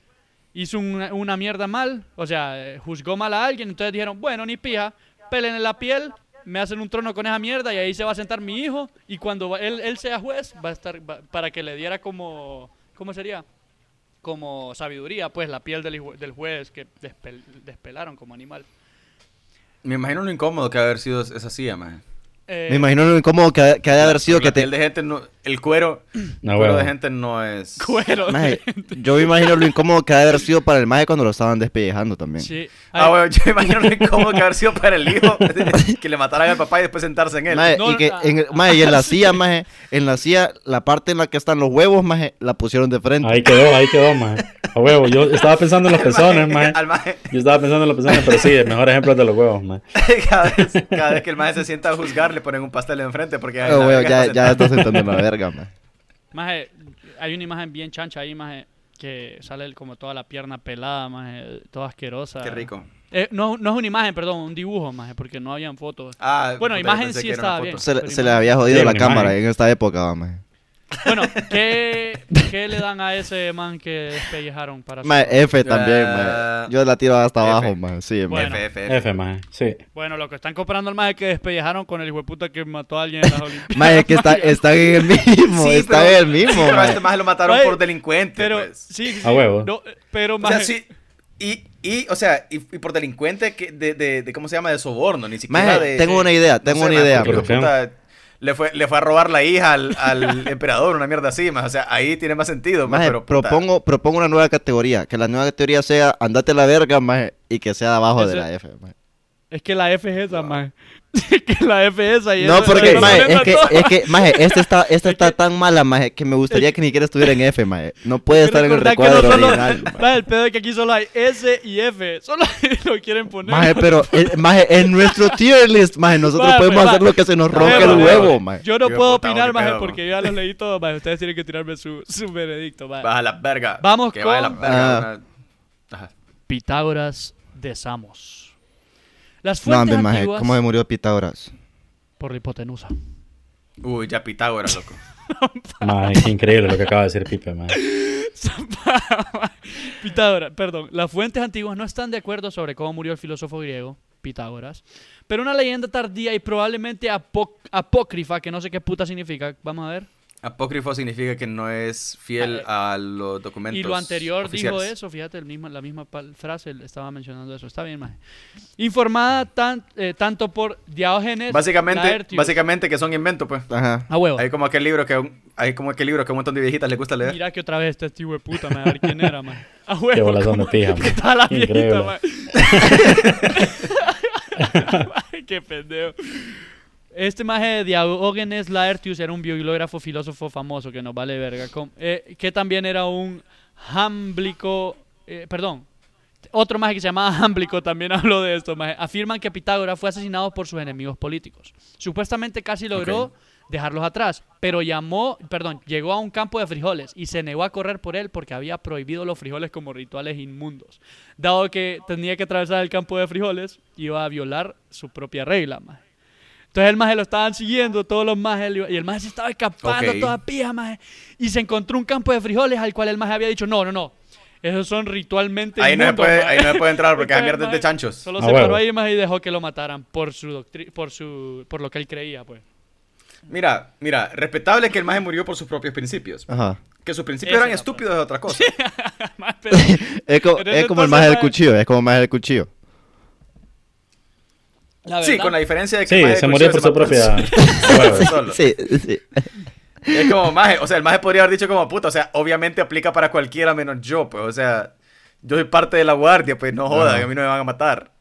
hizo una, una mierda mal, o sea, eh, juzgó mal a alguien, entonces dijeron, bueno, ni pija, en la piel, me hacen un trono con esa mierda y ahí se va a sentar mi hijo y cuando va- él, él sea juez va a estar va- para que le diera como, ¿cómo sería? Como sabiduría, pues la piel del, hijo- del juez que despel- despelaron como animal. Me imagino lo incómodo que haber sido esa silla, mae. Eh, Me imagino lo incómodo que, ha- que ha de haber sido Porque que la piel te... de gente no- el cuero, el A cuero huevo. de gente no es. Cuero. Maje, yo me imagino lo incómodo que ha de haber sido para el maje cuando lo estaban despellejando también. Sí. Ah, Ay, bueno, yo me imagino lo incómodo que haber sido para el hijo que le mataran al papá y después sentarse en él. Maje, No, y que no, en, ah, maje, y en la sí. silla, maje, en la silla, la parte en la que están los huevos, maje, la pusieron de frente. Ahí quedó, ahí quedó, maje. A huevo. Yo estaba pensando en los pezones, maje. Al maje, Yo estaba pensando en los pezones, pero sí, el mejor ejemplo es de los huevos, maje. cada, vez, cada vez que el maje se sienta a juzgar, le ponen un pastel enfrente porque ay, Oh, la weo, verga ya, está ya sentado. estás sentando en la verga, maje. maje, hay una imagen bien chancha ahí, maje, que sale como toda la pierna pelada, maje, toda asquerosa. Qué rico. Eh, no, no es una imagen, perdón, un dibujo, maje, porque no habían fotos. Ah, puta, Bueno, yo imagen pensé sí que era una estaba foto. bien. Se, le- Pero se le imagínate. había jodido Sí, la la cámara imagen. en esta época, va, maje. Bueno, ¿qué, ¿qué le dan a ese man que despellejaron para su- Maje, F también, Ah, maje. Yo la tiro hasta F. abajo, maje. Sí, maje. Bueno. F, F, F. F, maje. Sí. Bueno, lo que están comprando al maje que despellejaron con el hueputa que mató a alguien en las Olimpiadas. Maje, que está, están en el mismo, Sí, están pero- en el mismo, Pero a maje. este maje lo mataron Maje, por delincuente. Pero, pues. sí, sí, A huevo. no, eh, pero O sea, maje, sí. Y, Y, o sea, y, y por delincuente que- de, de- de- ¿cómo se llama? De soborno, ni siquiera Maje, de... tengo de- una idea, no tengo sé, una maje, idea. porque, maje. Pero- puta, le, fue, le fue a robar la hija al, al emperador, una mierda así, más. O sea, ahí tiene más sentido, maje, Maje, pero puta, propongo, propongo una nueva categoría. Que la nueva categoría sea andate a la verga, maje, y que sea abajo de Ese- la F. maje. Es que la F es esa, maje. Es que la F es esa. Y No, eso- porque, eso maje, le es que, mató. es que, maje, esta está, esta Es está que- tan mala, maje, que me gustaría que ni siquiera estuviera en F, maje. No puede estar en el Recordá que recuadro no solo- original. maje. Maje, el pedo es que aquí solo hay S y F. Solo lo quieren poner. Maje, pero, eh, maje, en nuestro tier list, maje, nosotros Maje, podemos pero, hacer lo que se nos maje, ronque el maje, huevo, maje. Yo no Yo, puedo puta, opinar, qué maje, pedo, porque maje. yo ya los leí todos, maje. Ustedes tienen que tirarme su, su veredicto, maje. Baja la verga. Vamos que vaya la con- verga. Ah. una- Ajá. Pitágoras de Samos. Las No, fuentes hombre, maje, antiguas ¿cómo se murió Pitágoras? por la hipotenusa. Uy, ya Pitágoras, loco. Mae, qué increíble lo que acaba de decir Pipe, mae. Pitágoras, perdón. Las fuentes antiguas no están de acuerdo sobre cómo murió el filósofo griego Pitágoras, pero una leyenda tardía y probablemente apoc- apócrifa, que no sé qué puta significa, vamos a ver. Apócrifo significa que no es fiel a los documentos Y lo anterior dijo oficiales. eso, fíjate, el mismo- la misma pal- frase él estaba mencionando eso. Está bien, maje. Informada tan, eh, tanto por Diógenes Básicamente, Laertius. básicamente que son inventos, pues. Ajá. A huevo. Hay como aquel libro que a un, hay como aquel libro que a un montón de viejitas les gusta leer. Mira que otra vez este tío de puta, maje, a ver quién era, maje. A Qué huevo. bolas ¿cómo- son de pija, ¿Qué mae. tal la Increíble. viejita, mae? Ay, Qué pendejo. Este maje de Diógenes Laertius era un biógrafo filósofo famoso que nos vale verga. com- eh, que también era un jámblico. eh, perdón. Otro maje que se llamaba Jámblico también habló de esto. Maje. Afirman que Pitágoras fue asesinado por sus enemigos políticos. Supuestamente casi logró Ok. dejarlos atrás, pero llamó, perdón, llegó a un campo de frijoles y se negó a correr por él porque había prohibido los frijoles como rituales inmundos. Dado que tenía que atravesar el campo de frijoles, iba a violar su propia regla, maje. Entonces el maje lo estaban siguiendo, todos los majes, le iba- y el maje se estaba escapando Ok. toda pija, maje, y se encontró un campo de frijoles al cual el maje había dicho, no, no, no, esos son ritualmente Ahí no, se inmundos, puede, maje". ahí no se puede entrar porque hay Entonces, mierdas de maje, chanchos. Solo Ah, se paró huevo. ahí, maje, y dejó que lo mataran por su doctri- por su, por lo que él creía, pues. Mira, mira, respetable que el maje murió por sus propios principios. Ah. Ajá. Que sus principios Ese eran era, estúpidos es otra cosa. Ah, Maje, pero- Es como, Pero es como el entonces, maje del maje- cuchillo, es como el maje del cuchillo. La Sí, verdad, con la diferencia de que el Sí, maje se murió por cuchillo su se propia. mató Huevo. solo. Sí, sí. Es como maje, o sea, el maje podría haber dicho como puta, o sea, obviamente aplica para cualquiera menos yo, pues, o sea, yo soy parte de la guardia, pues no joda, Ajá. que a mí no me van a matar.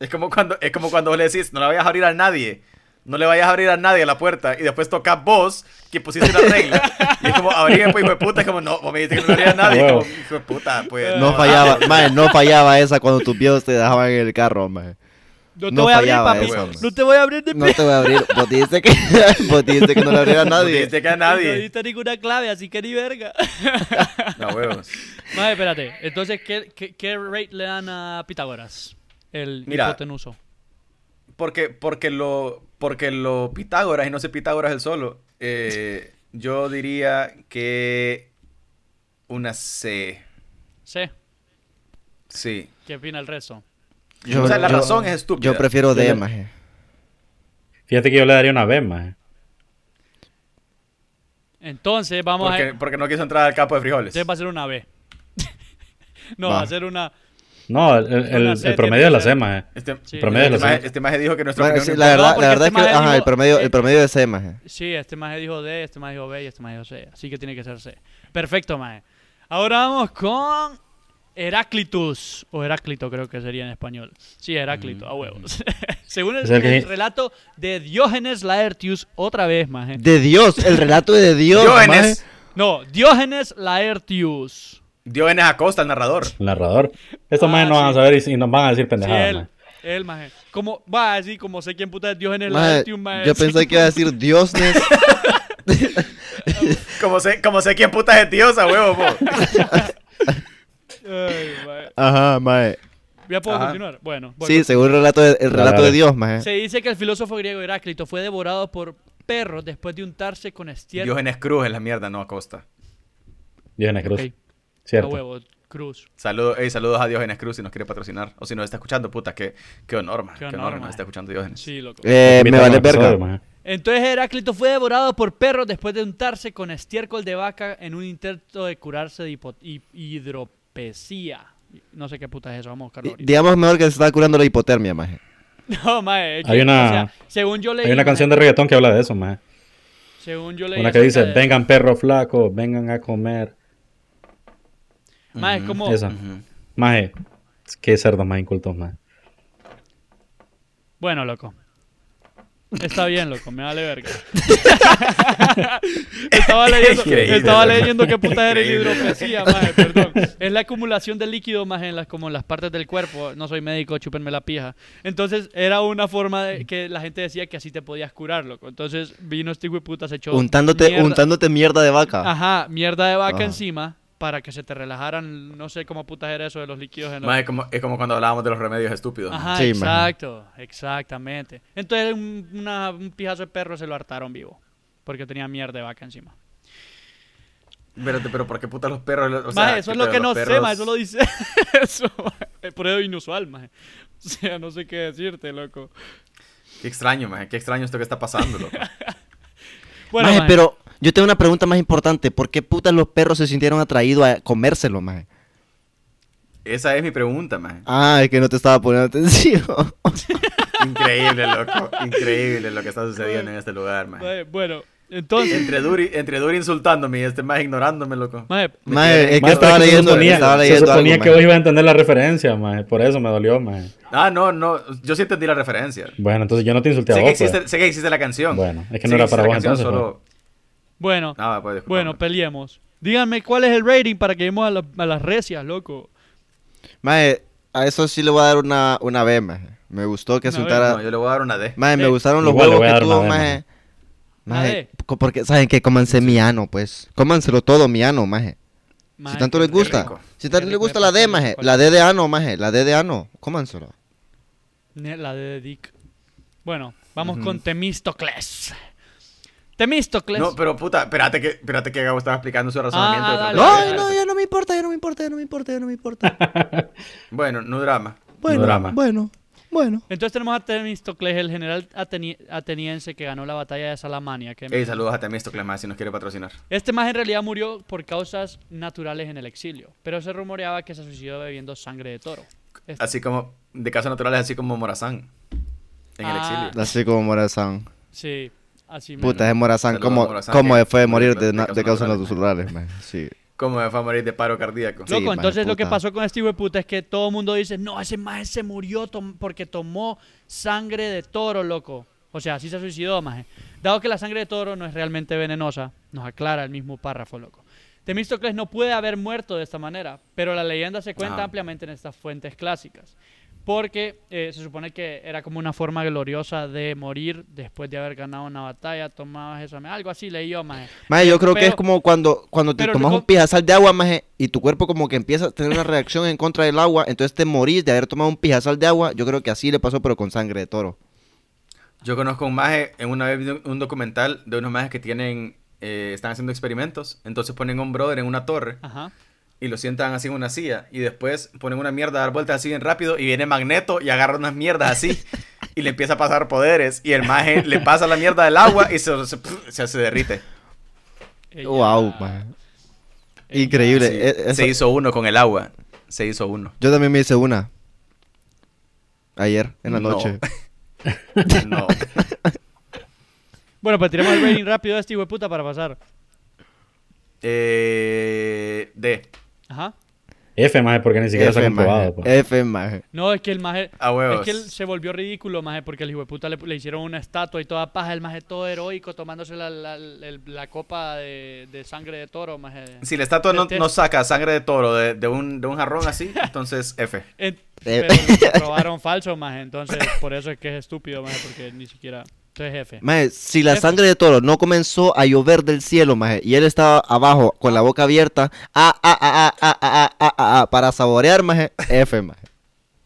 es como cuando es como cuando vos le decís, no la vayas a abrir a nadie. No le vayas a abrir a nadie la puerta y después tocas vos que pusiste la regla. Y es como, abríen, pues, hijo de puta. Es como, no, vos me dijiste que no le abría a nadie. Es como, hijo de puta, pues. No fallaba, maje, no fallaba esa cuando tus viejos te dejaban en el carro, maje. No te no voy a abrir, fallaba papi. eso, maje. no te voy a abrir de No te voy a abrir, vos dijiste que, vos dijiste que no le abriera a No nadie. dijiste que a No nadie. diste ninguna clave, así que ni verga. No, huevos. Madre, espérate. Entonces, ¿qué, qué, qué rate le dan a Pitágoras? El Mira. hipotenuso. Porque, porque lo, porque lo Pitágoras y no sé Pitágoras el solo. eh, yo diría que una C. Sí. Sí. ¿Qué opina el resto? O sea, la razón es estúpida. Yo prefiero D, Yo- maje. Fíjate que yo le daría una B, mae. Entonces, vamos a. Porque, porque no quiso entrar al campo de frijoles. Entonces va a ser una B. no, Va. va a ser una. No, el, el- Una el- C el promedio de la tiene que C, ser. mae. Este, Sí. Promedio de este la maje, C. este maje dijo que nuestro Bueno, opinión sí, no la importa. verdad, porque la verdad este es que, maje ajá, dijo- el promedio, eh, el promedio es C, maje. Sí, este maje dijo D, este maje dijo B y este maje dijo C. Así que tiene que ser C. Perfecto, maje. Ahora vamos con Heráclitus. O Heráclito creo que sería en español. Sí, Heráclito, a huevos. Según el, Es el que- el relato de Diógenes Laertius, otra vez, maje. De Dios, el relato de Dios, Diógenes. No, Diógenes Laertius. Diógenes Acosta, el narrador. El narrador. Estos Ah, majes no van a sí. saber y, y nos van a decir Sí, pendejadas, él. mae. Él, maje. Como, va, así como sé quién puta es Diógenes maje. Maje, Laertius, maje. yo sí. pensé que iba a decir Diosnes. Como sé, como sé quién puta es diosa, huevo, po. Ay, maje. Ajá, maje. Ya puedo Ajá. continuar. Bueno, bueno. Sí, según el relato de, el relato de dale. Dios, maje. Se dice que el filósofo griego Heráclito fue devorado por perros después de untarse con estiércol. Diógenes Cruz es la mierda, no Acosta. Diógenes Cruz. Ok, a Cierto. huevo, Cruz. Saludos, ey, saludos a Diógenes Cruz si nos quiere patrocinar. O si nos está escuchando, puta, qué, qué honor, man. Qué Qué honor, honor, que man. nos está escuchando Diógenes. Sí, loco. Eh, me Invítalo vale al episodio, verga. mae. Entonces Heráclito fue devorado por perros después de untarse con estiércol de vaca en un intento de curarse de hipo- hi- hidropesía. No sé qué puta es eso, vamos a buscarlo Di- ahorita. Digamos mejor que se está curando la hipotermia, maje. No, mae. es que, Hay una- o sea, según yo leí. Hay una mae, canción de reggaetón que habla de eso, maje. Según yo leí. Una que dice, acerca de- vengan perros flacos, vengan a comer. Mae, es como. Esa. Maje, qué cerdos más incultos, maje. Bueno, loco. Está bien, loco, me vale verga. estaba leyendo, Increíble, estaba loco. leyendo qué puta era el Increíble. hidropesía, maje, perdón. Es la acumulación de líquido más en las como en las partes del cuerpo. No soy médico, chúpenme la pija. Entonces, era una forma de, que la gente decía que así te podías curar, loco. Entonces, vino este puta, se echó Untándote, mierda- untándote mierda de vaca. Ajá, mierda de vaca Ajá. encima para que se te relajaran, no sé cómo putas era eso de los líquidos en los- Mae, es como, es como cuando hablábamos de los remedios estúpidos. mae. Ah, Ajá, Sí, man. exacto, exactamente. Entonces un, una- un pijazo de perro se lo hartaron vivo, porque tenía mierda de vaca encima. Espérate, pero ¿por qué puta los perros? O sea, Maje, eso es lo pero que los no sé, perros- maje, eso lo dice. eso, maje. Es por eso inusual, maje. O sea, no sé qué decirte, loco. Qué extraño, mae, qué extraño esto que está pasando, loco. Bueno, Maje, maje, pero yo tengo una pregunta más importante. ¿Por qué putas los perros se sintieron atraídos a comérselo, maje? Esa es mi pregunta, mae. Ah, es que no te estaba poniendo atención. Increíble, loco. Increíble lo que está sucediendo en este lugar, mae. maje, bueno, entonces, Entre Duri, entre Duri insultándome y este más ignorándome, loco. maje, Maje, es que Maje, estaba pero es que leyendo, se suponía, estaba se leyendo suponía algo, que maje. vos ibas a entender la referencia, maje. Por eso me dolió, maje. Ah, no, no. Yo sí entendí la referencia. Bueno, entonces yo no te insulté a Sé que, vos. pues. existe, sé que existe la canción. Bueno, es que Sé no era existe para vos la canción, entonces, pues. Solo... bueno, Ah, pues, disculpa, bueno, mae. peleemos. Díganme cuál es el rating para que vemos a, la- a las recias, loco. Maje, a eso sí le voy a dar una, una B, maje. Me gustó que Una B, insultara... No, yo le voy a dar una D. Maje, me Sí. gustaron los Igual le huevos voy a que dar una tuvo, B, maje. Una Maje, B. co- porque saben que cómanse mi ano, pues. Cómanselo todo mi ano, maje. Maje, si tanto qué les gusta. rico. Si tanto Qué les rico, gusta me la D, parece maje. rico. La D de ano, maje. La D de ano. Cómanselo. Ne- La de Dick. Bueno, vamos con Temistocles. Temistocles. No, pero puta, espérate que, espérate que Gabo estaba explicando su razonamiento. Ah, de dale, tanto- dale, Ay, no, ya no me importa, ya no me importa, ya no me importa, ya no me importa. Bueno, no drama. Bueno, drama. bueno, bueno. Entonces tenemos a Temistocles, el general ateni- ateniense que ganó la batalla de Salamania. que- Ey, saludos a Temisto Clemás si nos quiere patrocinar. Este más en realidad murió por causas naturales en el exilio, pero se rumoreaba que se suicidó bebiendo sangre de toro. Este- Así como, de casos naturales, así como Morazán. En el Ah. exilio. Así como Morazán. Sí, así mismo. Puta, es Morazán. Saludos a ¿Cómo, Morazán, cómo que este fue de murió morir de- de, de na- de causas causas naturales, man? Sí. ¿Cómo me fue a morir de paro cardíaco? Sí. Loco, maje, entonces lo que puta. pasó con este hijo de puta es que todo el mundo dice, no, ese maje se murió tom- porque tomó sangre de toro, loco. O sea, así se suicidó, maje. Dado que la sangre de toro no es realmente venenosa, nos aclara el mismo párrafo, loco. Temístocles no puede haber muerto de esta manera, pero la leyenda se cuenta Ah. ampliamente en estas fuentes clásicas. Porque eh, se supone que era como una forma gloriosa de morir después de haber ganado una batalla, tomabas eso, algo así leí yo, maje. Maje, yo creo que Pero- es como cuando, cuando te pero tomas no- un pijazal de agua, maje, y tu cuerpo como que empieza a tener una reacción en contra del agua, entonces te morís de haber tomado un pijazal de agua. Yo creo que así le pasó, pero con sangre de toro. Yo conozco un maje, en una vez vi un- un documental de unos majes que tienen, eh, están haciendo experimentos. Entonces ponen a un brother en una torre Ajá. y lo sientan así en una silla. Y después ponen una mierda a dar vueltas así bien rápido y viene Magneto y agarra unas mierdas así. Y le empieza a pasar poderes. Y el maje le pasa la mierda del agua y se, se, se- se derrite. Ella- Wow, maje. Increíble. Sí, eh, eso- Se hizo uno con el agua. Se hizo uno. Yo también me hice una. Ayer, en la No. noche. No. Bueno, pues tiremos el rating rápido a este hijo de puta para pasar. Eh, D. Ajá. F, maje, porque ni siquiera se ha F, Eh, maje. comprobado. pues. F, maje. No, es que el maje. A huevos. Es que él se volvió ridículo, maje, porque el hijo de puta le, le hicieron una estatua y toda paja. El maje todo heroico tomándose la, la- el- la copa de, de sangre de toro, maje. Si la estatua no, Este- no saca sangre de toro de, de un, de un jarrón así, entonces F. En- Eh. pero lo probaron falso, maje. Entonces, por eso es que es estúpido, maje, porque ni siquiera. Entonces, jefe. Maje, si la F. sangre de toro no comenzó a llover del cielo, maje, y él estaba abajo con la boca abierta, ah, ah, ah, ah, ah, ah, ah, ah, ah, para saborear, maje, F, maje.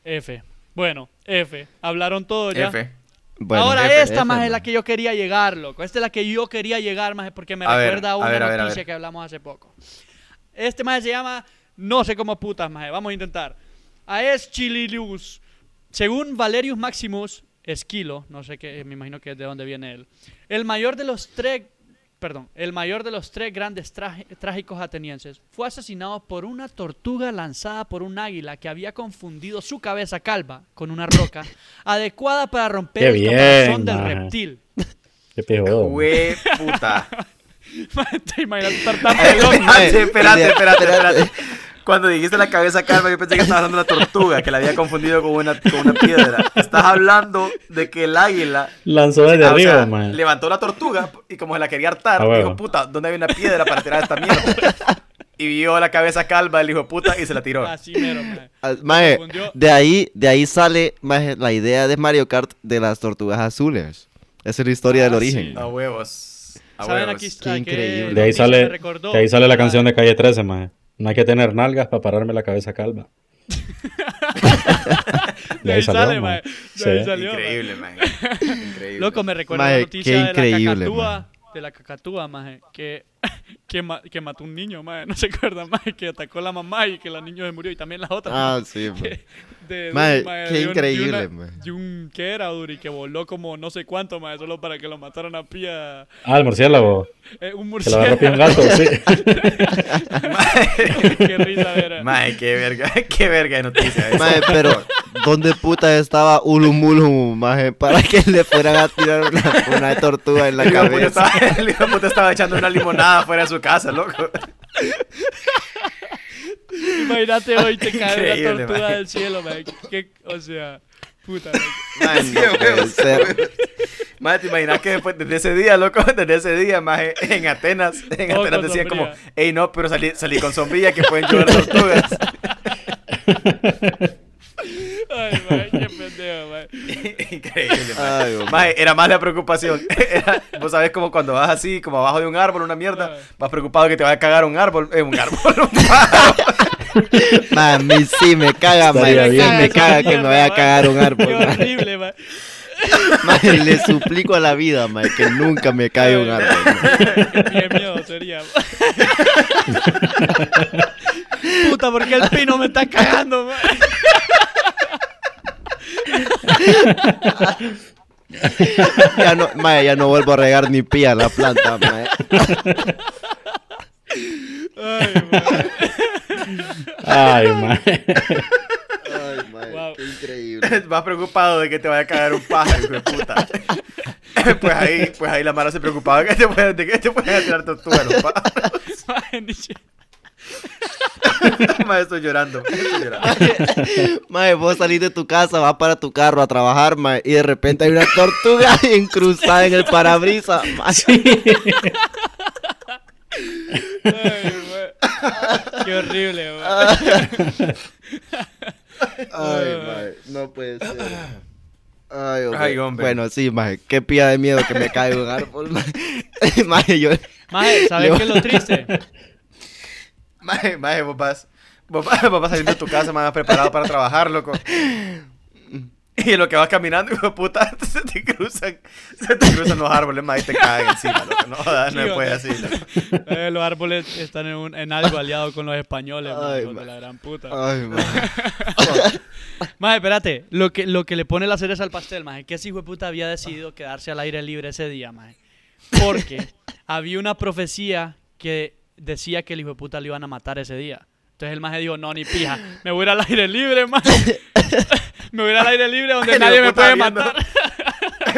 F. Bueno, F. Hablaron todo Oh, ya. F. Bueno, Ahora F, esta F, más es maje. la que yo quería llegar, loco. Esta es la que yo quería llegar más porque me A ver, recuerda a a una ver, a ver, a noticia ver. que hablamos hace poco. Este más se llama no sé cómo putas más. Vamos a intentar. Aes Chililius. Según Valerius Maximus Esquilo, no sé qué, me imagino que es de dónde viene él. El mayor de los tres perdón, el mayor de los tres grandes traje- trágicos atenienses, fue asesinado por una tortuga lanzada por un águila que había confundido su cabeza calva con una roca adecuada para romper Qué el bien, caparazón del maje. reptil. Qué peor. Hue puta. Te imaginas estar tan pelón. espérate, espérate, espérate, espérate. Cuando dijiste la cabeza calva, yo pensé que estabas hablando de una tortuga, que la había confundido con una, con una piedra. Estás hablando de que el águila Lanzó desde Ah, o arriba, sea, man. levantó la tortuga y como se la quería hartar, Ah, huevo. dijo, puta, ¿dónde hay una piedra para tirar esta mierda? Y vio la cabeza calva del hijo de puta y se la tiró. Así mero, maje. Ah, maje, Confundió. de ahí, de ahí sale maje, la idea de Mario Kart de las tortugas azules. Esa es la historia Ah, del sí. origen. A huevos. A ¿Saben huevos. aquí Qué a qué increíble. De ahí, noticia me sale, recordó? de ahí sale la canción de de Calle 13, maje. No hay que tener nalgas para pararme la cabeza calva. De ahí sale, maje. maje. De ahí Sí. salió, maje. Increíble, man. Increíble. Loco, me recuerda Maje, la qué noticia de la increíble, cacatúa, maje. de la cacatúa, maje, que, que, ma- que mató un niño, maje, no se acuerdan, maje, que atacó a la mamá y que la niña se murió y también la otra. Ah, sí, maje. que- de- de- Maje, maje, qué de un- de increíble, una- maje. de un que era, Duri, que voló como no sé cuánto, maje, solo para que lo mataran a pía Ah, el murciélago. eh, un Que lo agarró pie un murciélago. gato, sí. qué risa era. Mae, qué verga, qué verga de noticia. esa. Maje, pero ¿dónde puta estaba Ulumulum, maje, para que le fueran a tirar una, una tortuga en la El hijo de puta cabeza? estaba- el hijo de puta estaba echando una limonada fuera de su casa, loco. Imagínate hoy te cae una Increíble, tortuga maje. del cielo, maje. que- o sea, puta, maje. Mae, Sí, no a puede huevos, ser. a huevos. Mae, te imaginas que después, desde ese día, loco, desde ese día, mae, en Atenas, en Oh, Atenas con decían como, sombrilla. hey, no, pero salí, salí con sombrilla que pueden llover tortugas. Ay, maje, qué pendejo, maje. Increíble, mae. Ay, hombre. Mae, era más la preocupación. Era- vos sabés como cuando vas así, como abajo de un árbol, una mierda, Ah. vas preocupado que te va a cagar un árbol, eh, un árbol, un pájaro. Mami, sí, me caga, maje, Estaría sí, bien. me caga que me vaya a cagar un árbol, Qué maje. horrible, maje. Maje, le suplico a la vida, maje, que nunca me caiga un árbol. maje. Qué miedo sería. Puta, ¿por qué el pino me está cagando, man? Ya no, maje, ya no vuelvo a regar ni pía la planta, maje. Ay, man. Ay, maje. Ay, maje, Wow. qué increíble. Vas preocupado de que te vaya a cagar un pájaro, hijo de puta. Pues ahí, pues ahí la mara se preocupaba que te pueden, de que te pueden tirar tortugas los pájaros. Man, ni si- Mae, estoy llorando, estoy llorando. Mae, vos salís de tu casa, vas para tu carro a trabajar, mae, y de repente hay una tortuga incrustada en el parabrisas. mae. Ay, man. Qué horrible, man. Ay, mae, no puede ser. Ay, hombre. Ah. Ay, hombre. Bueno, sí, mae, qué pía de miedo que me caiga un árbol, mae. Mae, yo... Maje, ¿sabes Yo- qué es lo triste? Maje, maje, vos vas, vos vas, vos vas saliendo de tu casa más preparado para trabajar, loco. Y en lo que vas caminando, hijo de puta, se te cruzan, se te cruzan los árboles, maje, y te caen encima, loco. No, jodas, no Sí, se puede hombre. así, loco. Eh, los árboles están en, un- en algo aliado con los españoles, man, Ay, hijos de man. la gran puta. Ay, mae. Maje, espérate. Lo que, lo que le pone la cereza al pastel, maje. Que ese hijo de puta había decidido quedarse al aire libre ese día, maje. Porque había una profecía que decía que el hijo de puta lo iban a matar ese día. Entonces el maje dijo, no, ni pija. Me voy a ir al aire libre, maje. Me voy a ir al aire libre donde El hijo nadie me puta puede viendo- matar.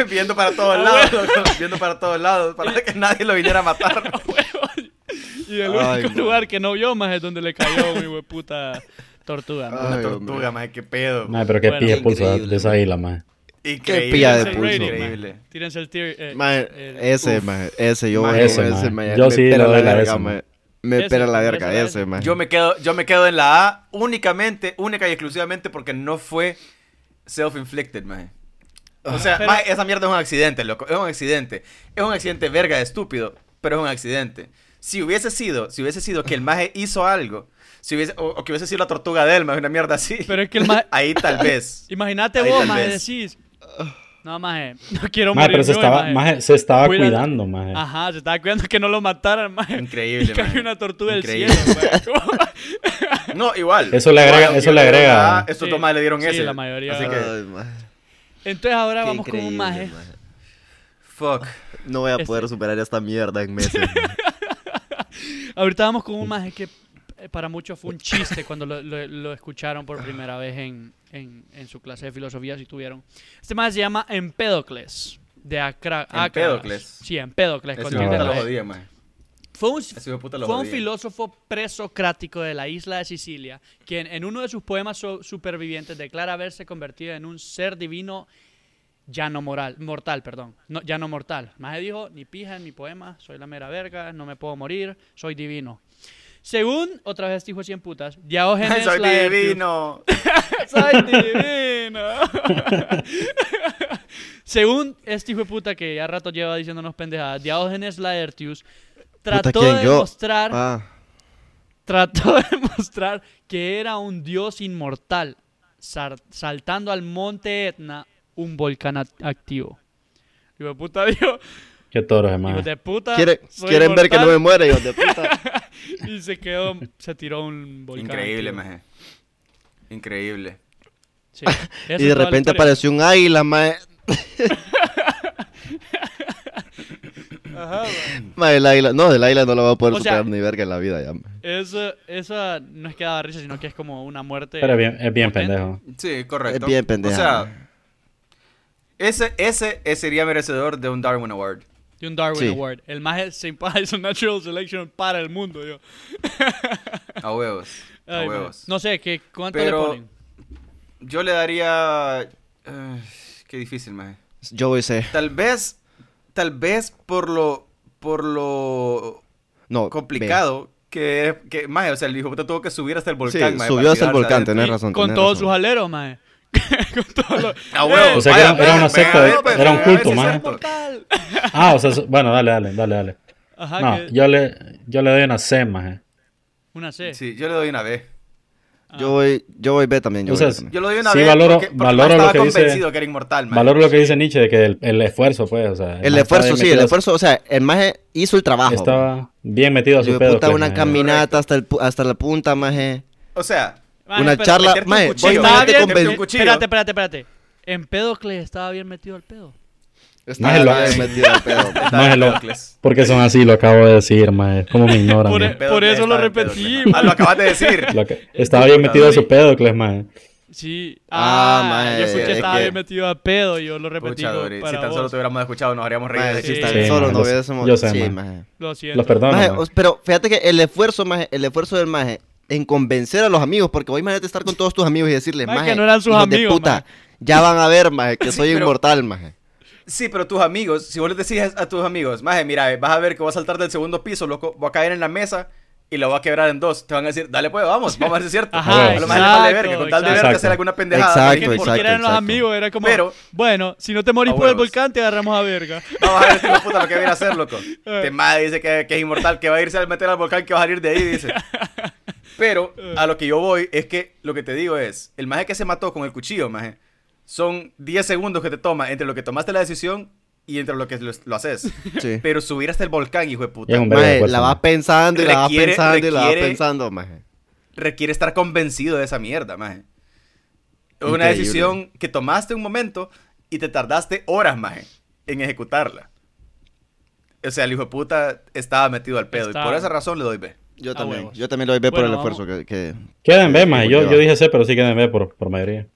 Viendo para todos Ah, lados, loco, viendo para todos lados, para que nadie lo viniera a matar. Y el Ay, único man. lugar que no vio, maje, es donde le cayó mi hijo de puta tortuga, maje. Una Ay, tortuga, maje, qué pedo. Maje, pero qué Bueno, pilla pulso increíble, de esa águila, maje. Increíble. Qué pilla Ah, de Tírense el pulso, rating, maje. Increíble. Tírense el tier. eh, Mae, el- ese, uf. mae, ese, yo Mae, voy ese, con mae. ese, mae. Yo me sí le pela la doy la verga, ese, mae. mae. Me Ese, pela la ese, verga, ese, ese, mae. Yo me quedo, yo me quedo en la A únicamente, única y exclusivamente porque no fue self-inflicted, maje. Ah. O sea, Pero- maje, esa mierda es un accidente, loco. Es un accidente. Es un accidente verga de estúpido, pero es un accidente. Si hubiese sido, si hubiese sido Ah. que el maje hizo algo, si hubiese, o, o que hubiese sido la tortuga de él, maje, una mierda así. Pero es que el maje. Ahí tal vez. Imagínate Ahí vos, tal maje, vez. decís. No, maje, no quiero Maje, morir. pero se yo, estaba, maje". maje, se estaba Cuida- cuidando, maje. Ajá, se estaba cuidando que no lo mataran, maje. Increíble, Y cayó maje. una tortuga Increíble. del cielo, maje. No, igual. Eso le agrega- Igual, aunque eso le yo le diera agrega. la A, estos Sí, dos majes le dieron sí, ese. la mayoría. Así que, Ay, mae. Entonces ahora Qué vamos con un increíble, maje mae. Fuck. No voy a Este- poder superar esta mierda en meses. maje. Ahorita vamos con un más es que eh, para muchos fue un chiste cuando lo, lo- lo escucharon por primera vez en, en- en su clase de filosofía, si tuvieron. Este más se llama Empédocles. De Acra Acra- Empédocles. Sí, Empédocles. con Ese tilde hijo de puta en lo la E. jodía, maje. Fue un, Ese hijo de puta lo fue un jodía. filósofo presocrático de la isla de Sicilia, quien en uno de sus poemas so- supervivientes declara haberse convertido en un ser divino ya no moral, mortal, perdón, no, ya no mortal. Más dijo, ni pija en mi poema, soy la mera verga, no me puedo morir, soy divino. Según, otra vez dijo 100 putas, Diógenes Soy Laertius- divino. soy divino. Según este hijo de puta que ya rato lleva diciéndonos pendejadas, Diógenes Laertius trató ¿quién? de Yo. mostrar Ah, trató de mostrar que era un dios inmortal, sar- saltando al monte Etna, un volcán act- activo. Hijo de puta dijo, Qué toros, hijo hermano. de puta, ¿quiere- soy ¿Quieren ver que no me muere, inmortal", hijos de puta? Y se quedó, se tiró un volcán. Increíble, activo. maje. Increíble. Sí, esa es Y de toda la repente historia. apareció un águila, mae. Ajá, güey. Mae, el águila. No, del águila no lo voy a poder O sea- superar ni verga en la vida ya, mae. Esa, esa no es que daba risa, sino que es como una muerte. Pero bien, es bien potente. pendejo. Sí, correcto. Es bien pendeja, O sea, ese, ese, ese sería merecedor de un Darwin Award. De un Darwin Sí. Award. El más se hizo natural selection para el mundo, yo. A huevos. A Ay, huevos. no sé, ¿qué, ¿cuánto le Pero ponen? yo le daría... eh, qué difícil, maje. Yo voy a ser. Tal vez, tal vez por lo, por lo No. complicado que es, que, maje, o sea, el hijo puta tuvo que subir hasta el ve. Sí, volcán, maje, subió para hasta el tirarse volcán, adentro. tenés Y razón. Con tenés todos razón. sus aleros, mae. con todos los. A huevos. O sea, que Vaya, era- era vaya, una secta, vaya, era vaya, un vaya, culto, ese maje. santo. Ah, o sea, so- bueno, dale, dale, dale, dale. Ajá, No, que- yo le, yo le doy una C, eh. maje. una C. Sí, yo le doy una B. Yo voy, yo voy B también. Yo O sea, voy B también. Yo le doy una Sí, B valoro- porque, porque valoro estaba lo que dice- convencido que era inmortal, maje. Valoro lo que dice Nietzsche de que el, el esfuerzo, pues, o sea. El maje estaba esfuerzo, bien sí, metido el a- esfuerzo. O sea, el maje hizo el trabajo. Estaba bien metido a Hijo su de pedo. puta, pues, una maje. caminata hasta, el, pu- hasta la punta, maje. O sea, Mae, una pero- charla. meterte un Maje, cuchillo, vos Estaba imagínate bien- con meterte un Ben- cuchillo. Espérate, espérate, espérate. Empédocles estaba bien metido al pedo. Estaba Maje, lo- bien metido al pedo. está Maje, lo- Empédocles. porque son así, lo acabo de decir, maje. ¿Cómo me ignoran? Por- maje? Empédocles eso lo está Empédocles, repetí, maje. Ah, lo acabas de decir. Lo que- estaba bien metido a su pedo, Cles, maje. Sí. Ah, Ah, mae, Yo escuché es estaba que- bien metido al pedo y yo lo repetí. Pucha, con- Dori, si para tan solo vos. te hubiéramos escuchado, nos habríamos reído. de Maje, si ti. tan Sí, solo maje, no yo sé- hubiésemos. yo sé, sí, maje. maje. Lo siento. Los perdono, Maje, maje. os- pero fíjate que el esfuerzo, maje, el esfuerzo del maje en convencer a los amigos, porque hoy imagínate estar con todos tus amigos y decirles, Maje, maje, que no eran sus hijos de amigos, puta, maje. ya van a ver, maje, que Sí, soy pero- inmortal, maje. Sí, pero tus amigos, si vos les decís a tus amigos, maje, mira, eh, vas a ver que voy a saltar del segundo piso, loco, voy a caer en la mesa y la voy a quebrar en dos. Te van a decir, dale pues, vamos, vamos a ver si es cierto. Ajá, a lo más les vale verga, con exacto, tal de verga exacto. hacer alguna pendejada. Es Exacto, que ni Porque- siquiera eran los exacto. amigos, era como. Pero- bueno, si no te morís A por el huevos. volcán, te agarramos a verga. Vamos a ver este hijo de puta lo que viene a hacer, loco. Te madre dice que, que es inmortal, que va a irse a meter al volcán, que va a salir de ahí, dice. Pero a lo que yo voy es que lo que te digo es, el maje que se mató con el cuchillo, maje, son 10 segundos que te toma entre lo que tomaste la decisión y entre lo que lo, lo haces. Sí. Pero subir hasta el volcán, hijo de puta, Es un verga de Maje, esfuerzo, la vas maje. pensando y la vas Requiere- pensando y la vas requiere- pensando, maje. requiere estar convencido de esa mierda, maje. Es una Increíble. decisión que tomaste un momento y te tardaste horas, maje, en ejecutarla. O sea, el hijo de puta estaba metido al pedo. Y Estaba. por esa razón le doy B. Yo A también, huevos. yo también lo doy B por Bueno, el vamos. esfuerzo que... que- Queda en B, que maje. lleva. Yo, yo dije C, pero sí queda en B por, por mayoría.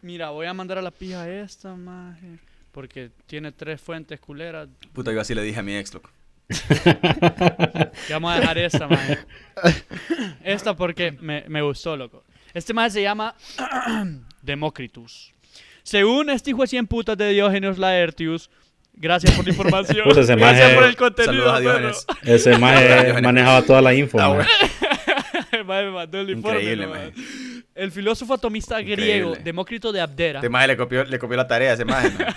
Mira, voy a mandar a la pija esta, maje. Porque tiene tres fuentes culeras. Puta, yo así le dije a mi ex, loco. Ya vamos a dejar esta, maje. Esta porque me, me gustó, loco. Este maje se llama Demócritus. Según este hijo de cien putas de Diógenes Laertius, gracias por la información. Puta, ese gracias maje- por el contenido. Saludos a perro. Diógenes. Ese maje Diógenes. manejaba toda la info, Ah, maje. bueno. El maje me mandó el informe, Increíble, no, maje. maje. El filósofo atomista Increíble. griego Demócrito de Abdera Este maje le copió, le copió la tarea a ese maje, maje.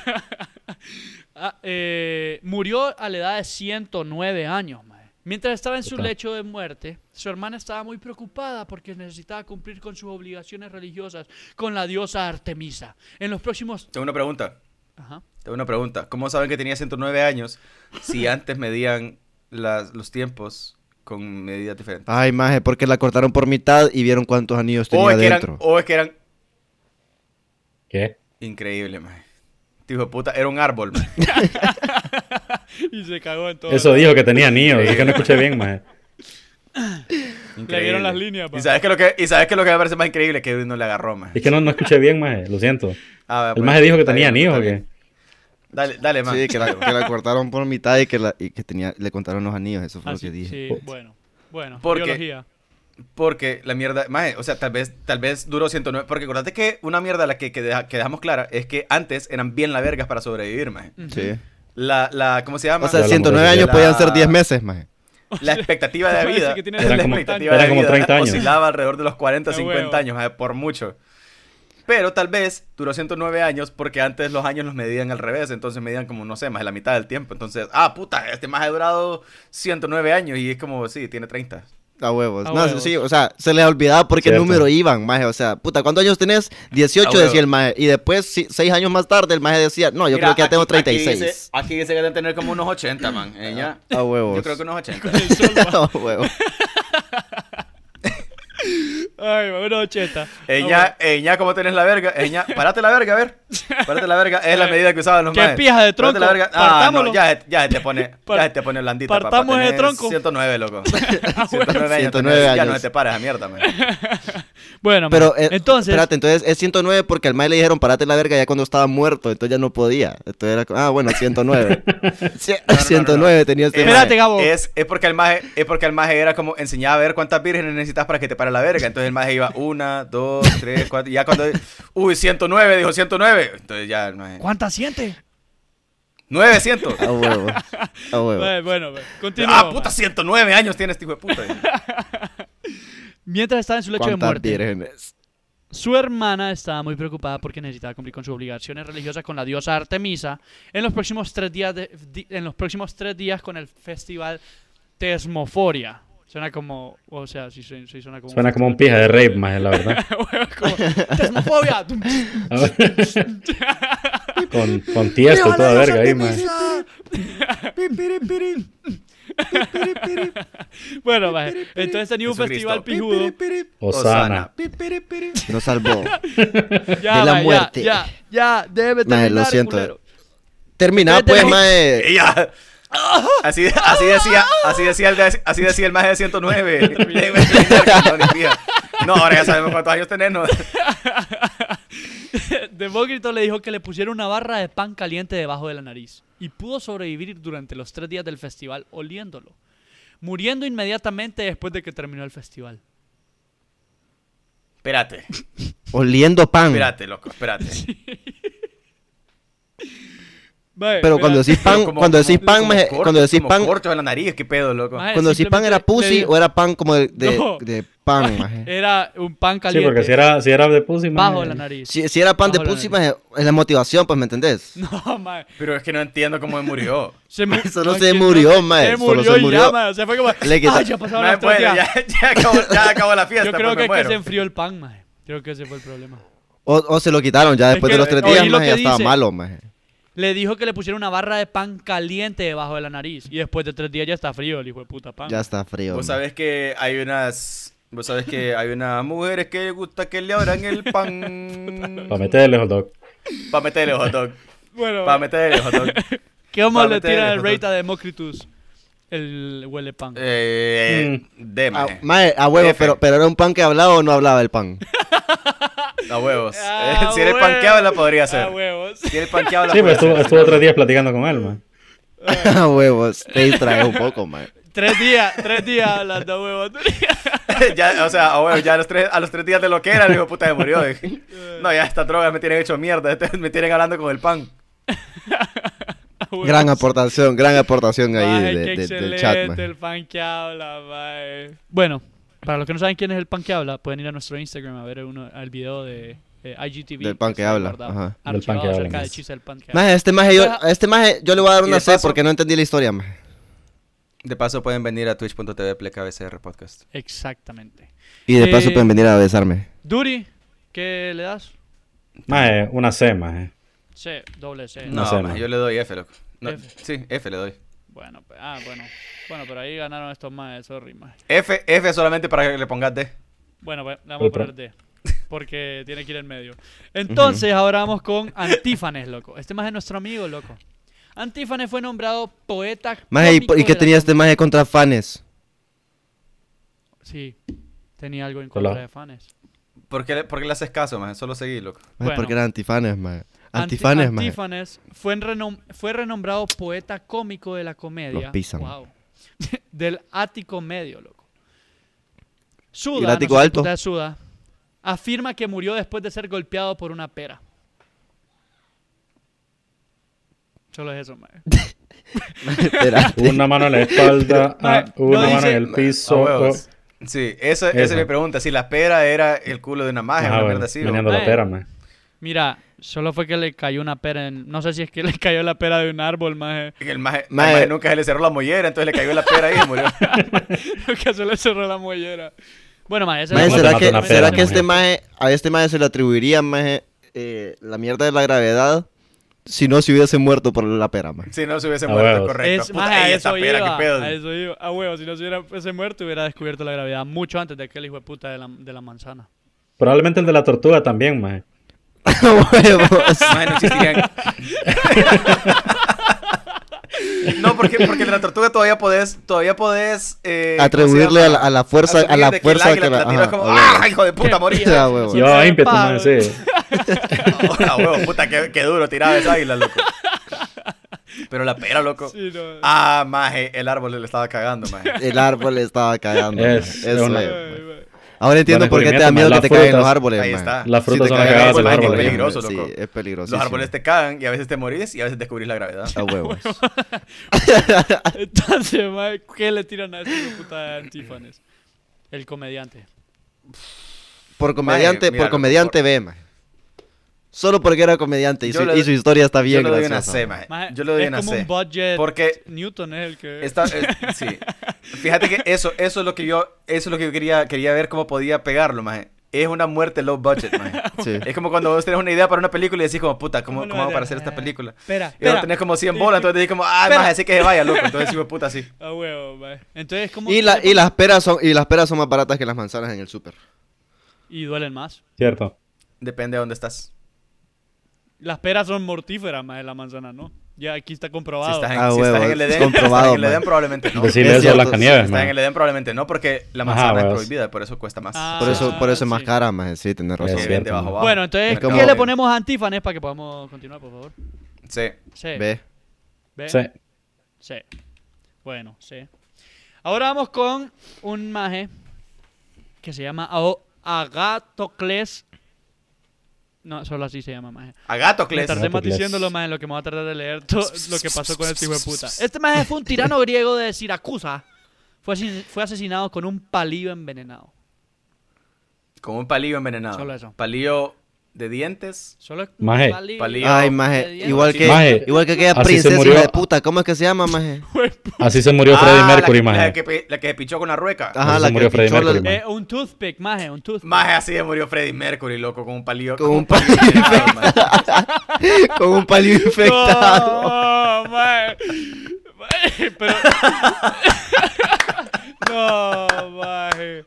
Ah, eh, murió a la edad de 109 años. mae. Mientras estaba en su Puta. lecho de muerte, su hermana estaba muy preocupada porque necesitaba cumplir con sus obligaciones religiosas con la diosa Artemisa. En los próximos... Tengo una pregunta. Ajá. Tengo una pregunta. ¿Cómo saben que tenía 109 años si antes medían las, los tiempos con medidas diferentes? Ay, maje, porque la cortaron por mitad y vieron cuántos anillos o, Ah, tenía es que eran, dentro. o es que eran... ¿Qué? Increíble, maje. Este hijo de puta era un árbol, maje. y se cagó en todo. Eso dijo que tenía niños, es que no escuché bien, maje. Le dieron las líneas, pa. ¿Y sabes, que lo que, y sabes que lo que me parece más increíble es que no le agarró, maje. Es que no, no escuché bien, maje, lo siento. Ah, El pues, maje dijo que está tenía anillos, bien, está ¿o qué? bien. Dale, dale, maje. Sí, que la, que la cortaron por mitad y que, la, y que tenía, le contaron los anillos, eso fue Así, lo que dije. Ah, sí, bueno. Bueno, Porque- biología. Porque la mierda, maje, o sea, tal vez, tal vez duró 109. Porque acordate que una mierda la que, que, deja- que dejamos clara es que antes eran bien la vergas para sobrevivir, maje. Sí. La, la, ¿cómo se llama? O sea, Ya lo 109 moré. años La- podían ser 10 meses, maje. La expectativa de Parece vida. que tiene Eran la como- expectativa eran de como vida 30 años. Oscilaba alrededor de los 40, Ah, 50 huevo. años, maje, por mucho. Pero tal vez duró 109 años porque antes los años los medían al revés. Entonces medían como, no sé, más de la mitad del tiempo. Entonces, ah, puta, este más ha durado 109 años y es como, sí, tiene 30. A huevos. A no, huevos. sí, o sea, se les olvidaba por qué Cierto. número iban, maje. O sea, puta, ¿cuántos años tenés? 18, A huevos. decía el maje. Y después, 6 años más tarde, el maje decía, no, yo Mira, creo que ya tengo aquí- aquí 36. dice- Aquí dice, que deben tener como unos 80, man. eh, ya. A huevos. Yo creo que unos 80. El sol, va. A huevos. Ay, va, una ocheta. Ah, Eña, eña, ¿cómo tenés la verga? Eña, parate la verga, a ver. Parate la verga. Es la medida que usaban los ¿Qué maes. pija de Parate la tronco? verga. Ah, no, Partámoslo. ya, se- ya se te pone, Par- ya se te pone blandita. papá. partamos ese Tenés tronco. Ah, 109, loco. 109 109 años. tenés. Ya años. no te paras a mierda, man. Bueno, Pero, man, eh, entonces, Espérate, entonces es 109 porque al maje le dijeron parate la verga ya cuando estaba muerto, entonces ya no podía. Entonces era, co- ah, bueno, 109. Cien- no, no, no. 109 tenía este Es- maje. Espérate, Gabo. Es, es porque el maje, es porque el maje era como enseñaba a ver cuántas vírgenes necesitas para que te pare la verga. Entonces el maje iba una, dos, tres, cuatro. Y ya cuando. Uy, 109, dijo 109. Entonces ya el maje. ¿cuántas siente? 900. A huevo. A huevo. Bueno, bueno, bueno, Ah, continuamos. puta, 109 años tiene este hijo de puta. Mientras estaba en su lecho de ¿Cuántas muerte, vírgenes? su hermana estaba muy preocupada porque necesitaba cumplir con sus obligaciones religiosas con la diosa Artemisa en los próximos tres días, de- di- en los próximos tres días con el festival Tesmoforia. Suena como, o sea, sí, sí, sí suena como... Suena como un pija de rape, maje, la verdad. Como, Tesmofobia. con, con tiesto y toda verga ahí, maje. bueno, maje, entonces tenía un festival pijudo. Osana. Nos salvó. Ya, De la maje, muerte. Ya, ya, ya, debe Maje, terminar, lo siento. culero. Terminaba Vete, pues, no. maje. Ella. Así, así decía, así decía el de- así decía el más de 109. Déjeme terminar, cabrón, y fija. No, ahora ya sabemos cuántos años tenemos. Demócrito le dijo que le pusiera una barra de pan caliente debajo de la nariz y pudo sobrevivir durante los tres días del festival oliéndolo, muriendo inmediatamente después de que terminó el festival. Espérate, Oliendo pan. espérate, loco, espérate. Mae, Pero cuando mira, decís pan, Pero como- cuando decís como- pan, como maje, corto, cuando decís como pan, corto en la nariz, qué pedo, loco. Mae, cuando decís pan era Ah, simplemente le pussy dijo- o era pan como de, de, No. Eh, de pan, maje. Era un pan Sí, caliente porque si era, si era de pussy, maje. bajo la nariz. Si, si era pan de Bajo la pussy, nariz. maje, es la motivación, pues, ¿me entendés? No, mae. Pero es que no entiendo cómo murió. Se mu- Solo no, se que- murió, mae, Se solo murió, se y ya, murió. mae. O sea, fue como. Le quita- "Ay, ya pasaron Mae, los tres bueno, días". ya, ya acabó, ya acabó la fiesta. Yo pues, me creo que, es que muero. se enfrió el pan, mae. Creo que ese fue el problema. O, o se lo quitaron ya Es después que de los tres oí días, lo maje, que ya estaba dice. malo, maje. Le dijo que le pusiera una barra de pan caliente debajo de la nariz y después de tres días ya está frío el hijo de puta pan. Ya está frío. Vos maje. sabés que hay unas. Vos sabés que hay unas mujeres que les gusta que le abran el pan. Para meterle hot dog. Para meterle hot dog. Bueno, Para meterle hot dog. ¿Qué vamos Para le tira meterle, el joder. rate a Democritus? El huele pan. Eh. Mm. De Ah, maje. maje, a huevo, F. pero, pero era un pan que hablaba o no hablaba el pan. A huevos. Ah, eh, si era el pan que huevo. habla, podría Ah, ser. huevos. Si era el pan que habla. Sí, pues podría estuvo, ser. estuvo tres días platicando con él, maje. A huevos, te distraes un poco, maje. Tres días, tres días hablando huevos. ya, o sea, a huevos, ya a los, tres, a los tres días de lo que era, el hijo de puta se murió. dije. No, ya estas drogas me tienen hecho mierda. este- Me tienen hablando con el pan. Ah, huevos. Gran aportación, gran aportación ahí Ay, de- qué de- del excelente chat, maje. el pan que habla, mae. Bueno, para los que no saben quién es el pan que habla, pueden ir a nuestro Instagram a ver uno, al video de eh, IGTV. Del pan que está habla, guardado, ajá. Del pan archivado que habla, acerca maje. de chistes del pan que habla. Maje, este maje, yo, Deja- a este maje, yo le voy a dar Y una de C paso- porque no entendí la historia, maje. De paso, pueden venir a twitch.tv plecabcr podcast. Exactamente. Y de Eh, paso pueden venir a besarme. Duri, ¿qué le das? Maje, una C, maje. C, doble C. No No, sé, maje, man. yo le doy F, loco. No, F. Sí, F le doy. Bueno, pues, ah, bueno. Bueno, pero ahí ganaron estos más, sorry, mae. F, F solamente para que le pongas D. Bueno, pues, le vamos a Otra. poner D. porque tiene que ir en medio. Entonces, ahora vamos con Antífanes, loco. Este más es nuestro amigo, loco. Antífanes fue nombrado poeta. Maje, ¿y, cómico po- y de qué la- tenía este maje contra fanes? Sí, tenía algo en contra Hola. de fanes. ¿Por qué, le- por qué le haces caso, maje? Solo seguí, loco. Maje, Bueno. porque era antifanes, maje. Anti- Antifanes, maje. Antífanes fue, en renom- fue renombrado poeta cómico de la comedia. Los pisan. Guau. Del ático medio, loco. Suda, ¿Y el no ático sé qué alto? puta es Suda, afirma que murió después de ser golpeado por una pera. Solo es eso, mae. Espérate. Una mano en la espalda, ah, No, una dice- mano en el A piso. oh. huevos. Sí, esa, esa es Esa. mi pregunta. Si la pera era el culo de una maje, Ah, una bueno, mierda así. viniendo o- ¿no? la pera, maje. Mira, solo fue que le cayó una pera en... No sé si es que le cayó la pera de un árbol, mae. El maje, al Maje. maje nunca se le cerró la mollera, entonces le cayó la pera ahí y murió. que se le cerró la mollera. Bueno, mae, esa Maje, es la- Bueno, te ¿será mata que, una será pera, que este maje. maje, a este maje se le atribuiría, maje, eh, la mierda de la gravedad? Si no, se hubiese muerto por la pera, maje. Si no se hubiese A muerto, huevos. correcto. Es Puta, más, ey, a esta eso, pera, iba, qué pedo. a eso iba. Ah, huevo, si no se hubiera ese muerto, hubiera descubierto la gravedad mucho antes de aquel hijo de puta de la, de la manzana. Probablemente el de la tortuga también, maje. Huevos. Maje, no existirían. no, porque, porque la tortuga todavía podés, todavía podés eh, ¿cómo Atribuirle se a llama? la, a la fuerza, a Asumir de la que el fuerza águila te que la... la tiró ajá, como, a huevo. ¡ah, hijo de puta, morí! pija. Ah, huevo. Yo Yo ímpetu, maje, sí. Ah, huevo, puta, qué, qué duro tiraba esa águila, loco. Pero la pera, loco. no. Ah, maje, el árbol le estaba cagando, maje. El árbol estaba cagando. maje. Es- Eso es una- es, Ay, maje. güey. Ahora entiendo Bueno, por qué te da descubrimiento, miedo maje, que te las caigan los frutas. árboles, Ahí maje. está. Las Si te frutas son cagas las cagadas el del árbol, árbol, Es ya. peligroso, loco. Sí, es peligroso. Los árboles te cagan y a veces te morís y a veces descubrís la gravedad. A huevos. Entonces, mae, ¿qué le tiran a ese hijo de puta de Antífanes? El comediante. Por comediante, mira, por loco, comediante por- B, maje. Solo porque era comediante y Yo su, le- y su historia está bien Yo le doy una graciosa, C, maje. maje. Mae, Eh, Yo le doy es una como C. un budget. Porque- Newton es el que. Esta- eh, sí. Fíjate que eso, eso es lo que yo, eso es lo que yo quería, quería ver cómo podía pegarlo, maje. Es una muerte low budget, maje. Sí. Es como cuando vos tenés una idea para una película y decís como, puta, ¿cómo, lo cómo hago haré? para hacer esta película? Espera, Y luego espera. tenés como 100 bolas, entonces decís como, ah, Espera. maje, así que se vaya, loco. Entonces decís, puta, sí. A Ah, huevo, mae. Entonces, ¿cómo Y, la- y las peras son, y las peras son más baratas que las manzanas en el súper. Y duelen más. Cierto. Depende de dónde estás. Las peras son mortíferas, mae, la manzana, ¿no? Ya aquí está Si comprobado. estás en, Ah, si huevo, estás en el es Edén, comprobado, si estás en el maje. Edén probablemente no. Decirle Es eso a cierto, Blancanieves, Si estás en maje. el Edén probablemente no, porque la Ajá, manzana es huevos. prohibida, por eso cuesta más. Ah, Por eso, por eso es más sí. cara, maje. Sí, tenés Es razón. Porque cierto. vende bajo, bajo. Bueno, entonces, Mercado ¿qué le libre. ponemos a Antífanes para que podamos continuar, por favor? Sí. C. Ve. B, Sí. C. Bueno, C. Ahora vamos con un maje que se llama Ao- Agatocles. No, solo así se llama maje. Me Agatocles. tardé más Agatocles. diciéndolo, maje, lo que me voy a tratar de leer todo lo que pasó con este hijo de puta. Este maje fue un tirano griego de Siracusa. Fue, asesin- fue asesinado con un palillo envenenado. Como un palillo envenenado. Solo eso. Palillo de dientes. Solo Maje. palillo. Palillo. Ay, de maje. dientes. Igual que, Maje, igual que aquella así se princesa murió- hija de puta. ¿Cómo es que se llama, maje? Así se murió Freddie Ah, Mercury, la, que- la maje. que, pe- la que se pichó con la rueca. Ajá, se la que murió Freddie pichó la- Mercury, maje. Eh, un toothpick, maje, un toothpick. Más así se murió Freddie Mercury, loco, con un palillo. Con un palillo. envenenado, maje. con un palillo infectado. No, mae. Mae, Pero. no, mae.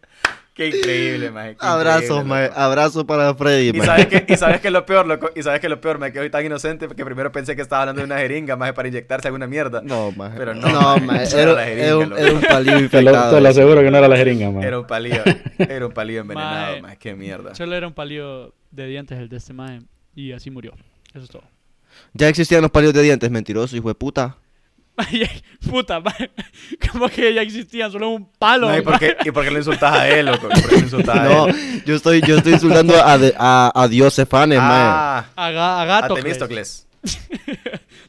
Qué increíble, maje. qué Abrazos, increíble, maje. loco. Abrazo para Freddy, Y maje. sabes, que, y sabes que lo peor, loco, y sabes que lo peor, me quedo tan inocente porque primero pensé que estaba hablando de una jeringa, maje, para inyectarse alguna mierda. No, maje. Pero no, No, maje. maje. Era la Era, jeringa, era un, loco. era un Te palillo lo, infectado. eh. te lo aseguro que no era la jeringa, maje. Era un palillo, era un palillo envenenado, Maje. maje, qué mierda. Solo era un palillo de dientes el de este mae. Y así murió. Eso es todo. Ya existían los palillos de dientes, mentiroso, hijo de puta. Ay, Puta, mae. Como que ya existían, solo un palo. No, ¿y, por qué, ¿Y por qué lo insultas a él, loco? ¿Por qué lo insultas a No, él? yo estoy, yo estoy insultando a, de- a, a dioses fanes, mae. Ah, Aga- a Agatocles. Temístocles. pues.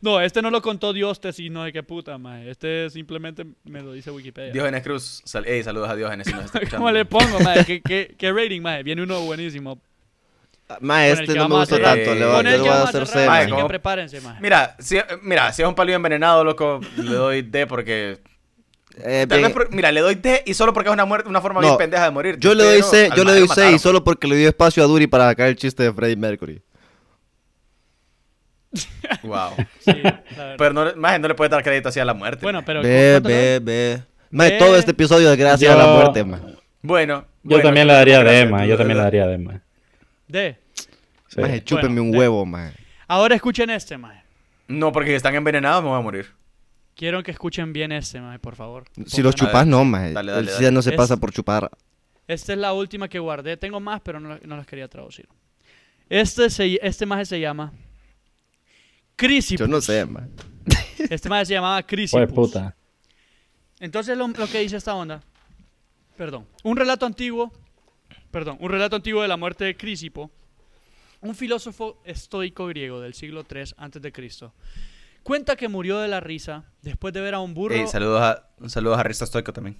No, este no lo contó Dios, te sino de qué puta, mae. Este simplemente me lo dice Wikipedia. Diógenes Cruz. Sal Ey, saludos a Diógenes si nos está escuchando. ¿Cómo le pongo, mae? ¿Qué, qué, qué rating, mae? Viene uno buenísimo. Mae, Con el este no que me vamos a gustó cerrar. tanto. Le Eh, voy, Con yo le él ya voy a vamos a hacer Eh, cerrar, Ay, C, así mae. que ¿cómo? prepárense, mae. Mira, si, mira, si es un palillo envenenado, loco, le doy D porque... Eh, Tal bien, vez por- mira, le doy D y solo porque es una, muerte, una forma No, bien pendeja de morir. Yo le doy C, yo le doy C y seis solo porque le dio espacio a Duri para sacar el chiste de Freddie Mercury. Wow. Sí, la verdad. Pero no, le- maje, no le puede dar crédito así a la muerte. Bueno, maje. pero. Ve, ¿cuánto ve, ve. Mae, Ve. todo este episodio es gracias Yo- a la muerte, mae. Bueno. Yo bueno, también le daría gracias, D, maje. Yo la también le verdad. daría D, maje. D. Sí. Maje, chúpenme Bueno, un de- huevo, maje. Ahora escuchen este, maje. No, porque si están envenenados me voy a morir. Quiero que escuchen bien este, maje, por favor. Si los Pongan- chupa- chupas, no, maje. Dale, dale, el dale. SIDA no se Es- pasa por chupar. Esta es la última que guardé. Tengo más, pero no, la- no las quería traducir. Este, se, este maje se llama... Crisipus. Yo no sé, maje. Este maje se llamaba Crisipus. Joder, puta. Entonces lo, lo que dice esta onda, perdón, un relato antiguo, perdón, un relato antiguo de la muerte de Crisipo, un filósofo estoico griego del siglo III antes de Cristo, cuenta que murió de la risa después de ver a un burro. Ey, saludos a, un saludo a Risto Stoico también.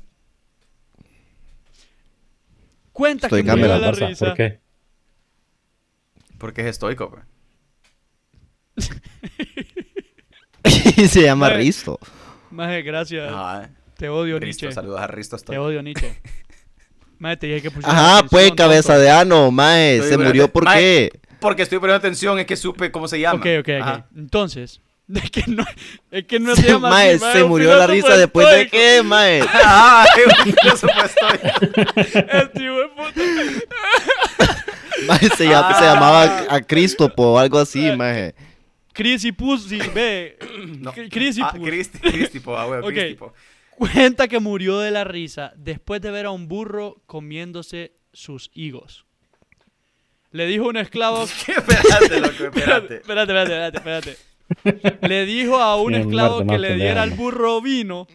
cuenta que Estoicame murió de la la Barça, risa. ¿Por qué? Porque es estoico, pues. güey. Y se llama Maje. Risto. Maje, gracias. Ah, Ajá. Te odio, Risto, Eh, Nietzsche. saludos a Risto Te Stoico. odio, Nietzsche. Maje, te dije que pusieras Ajá, atención, pues tonto. cabeza de ano, maje. Estoy Se poniendo- murió por Maje, qué. Porque estoy poniendo atención, es que supe cómo se llama. Ok, ok, Ajá. ok. Entonces, es que no, es que no se, Se, llama así, maje, maje, se un murió de la filósofo risa después de estoico. qué, maje. Ah, un filósofo estoico. Este hijo de puta. Maje, se, llama- se Ah. llamaba a Cristo o algo así, maje. Crisipus, sí, ve. No. Cri- Crisipus. Ah, Cristi, Cristipo, ah, güey, Ok. Cristipo. Cuenta que murió de la risa después de ver a un burro comiéndose sus higos. Le dijo un esclavo. ¿Qué? Espérate, loco, espérate, espérate. espérate, espérate, espérate, espérate. Le dijo a un Ni el esclavo muerto que más le pendejo, diera al ¿no? burro vino,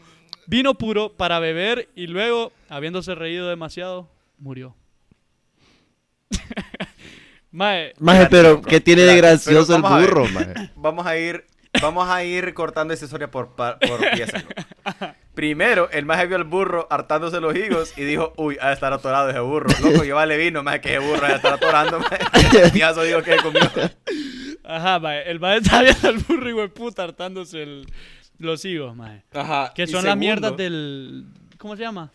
vino puro para beber y luego, habiéndose reído demasiado, murió. Mae, Maje, Espérate, pero loco. ¿qué tiene de Espérate, pero gracioso el vamos a ver. burro, maje? Vamos a ir, vamos a ir cortando esta historia por, pa- por piezas. loco. Primero, el maje vio al burro hartándose los higos y dijo, uy, ha de estar atorado ese burro. Loco, yo vale vino, más que ese burro ha de estar atorando, maje. Piazo digo que comió. ajá, mae, el mae está viendo al burro y puta hartándose el- los higos, mae. Ajá. Que y son las mierdas segundo- del. ¿Cómo se llama?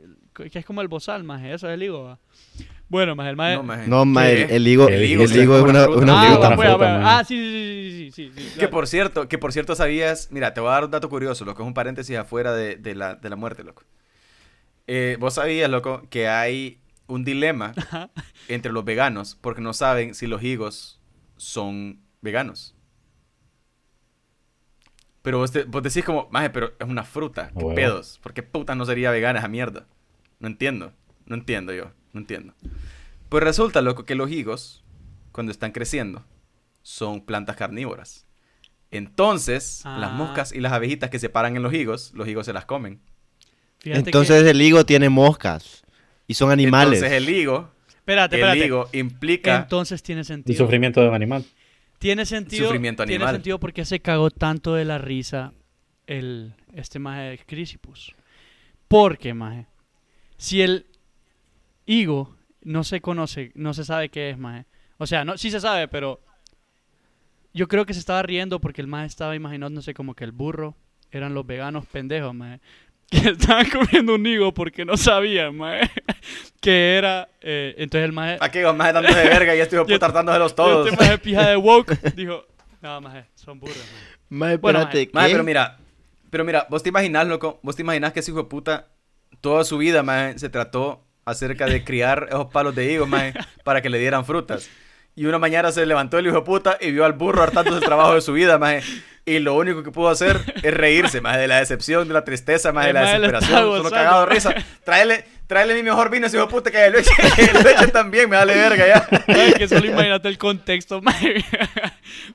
El- Que es como el bozal, maje. Eso es el higo. va. Bueno, maje, el maje. No, maje. No, maje, ¿Qué? el higo, El el higo, higo es sí, es una, fruta. una ah, higo va, tan fruta. pues, fruta, va, maje. ah, sí, sí, sí, sí, sí, sí, sí, Que claro. por cierto, que por cierto sabías, mira, te voy a dar un dato curioso, loco, es un paréntesis afuera de, de la, de la muerte, loco. Eh, Vos sabías, loco, que hay un dilema Ajá. entre los veganos porque no saben si los higos son veganos. Pero vos, te- vos decís como, maje, pero es una fruta, qué Huevo. pedos, ¿por qué puta no sería vegana esa mierda? No entiendo, no entiendo yo, no entiendo. Pues resulta, loco, que los higos, cuando están creciendo, son plantas carnívoras. Entonces, las Ah. moscas y las abejitas que se paran en los higos, los higos se las comen. Fíjate que- Entonces el higo tiene moscas. Y son animales. Entonces el higo, Espérate, espérate. el higo implica... Entonces tiene El sentido. sufrimiento de un animal. Tiene sentido. Sufrimiento Tiene animal. sentido porque se cagó tanto de la risa el, este maje de Crisipus. Porque, maje, si el higo no se conoce, no se sabe qué es, maje. O sea, no, sí se sabe, pero yo creo que se estaba riendo porque el maje estaba imaginándose como que el burro eran los veganos pendejos, maje. Que estaban comiendo un higo porque no sabían, maje, que era... eh, entonces el maje... ¿Para qué vos más dando de verga y este hijo de puta hartándoselos Yo todos? te Este maje pija de woke. Dijo, no, maje, son burros. maje". Maje, Bueno, espérate, Mae, ¿qué? pero mira, pero mira, vos te imaginás, loco, vos te imaginás que ese hijo de puta toda su vida, mae, se trató acerca de criar esos palos de higos, mae, para que le dieran frutas. Y una mañana se levantó el hijo de puta y vio al burro hartándose el trabajo de su vida, mae. Y lo único que pudo hacer es reírse, mae, de la decepción, de la tristeza, mae, de El la mae le desesperación. está Solo gozando. cagado de risa. Tráele, tráele mi mejor vino, ese hijo de puta, que lo eche, lo eche también, me vale verga ya. Ay, que solo imagínate el contexto, mae.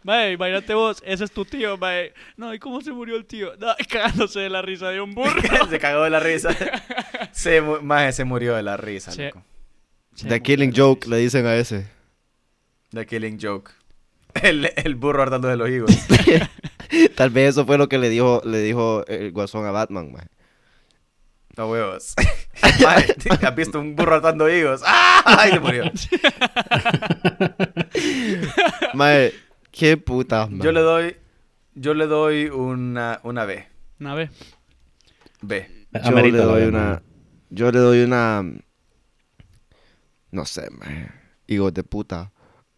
Mae, imagínate vos, ese es tu tío, mae. No, ¿y cómo se murió el tío? No, cagándose de la risa de un burro. se cagó de la risa. Se, mu- maje, se murió de la risa, Sí. loco. The Se murió Killing de la Joke, risa. le dicen a ese. The Killing Joke. El, el burro hartando de los higos. Tal vez eso fue lo que le dijo, le dijo el guasón a Batman, maje. No huevos. Ay, ¿Has visto un burro hartando higos? ¡Ah! Ay, se murió. Maje, qué putas, maje. Yo le doy. Yo le doy una, una B. Una vez. B. Yo Amerita le la doy B, una. maje. Yo le doy una. No sé, maje. Higos de puta.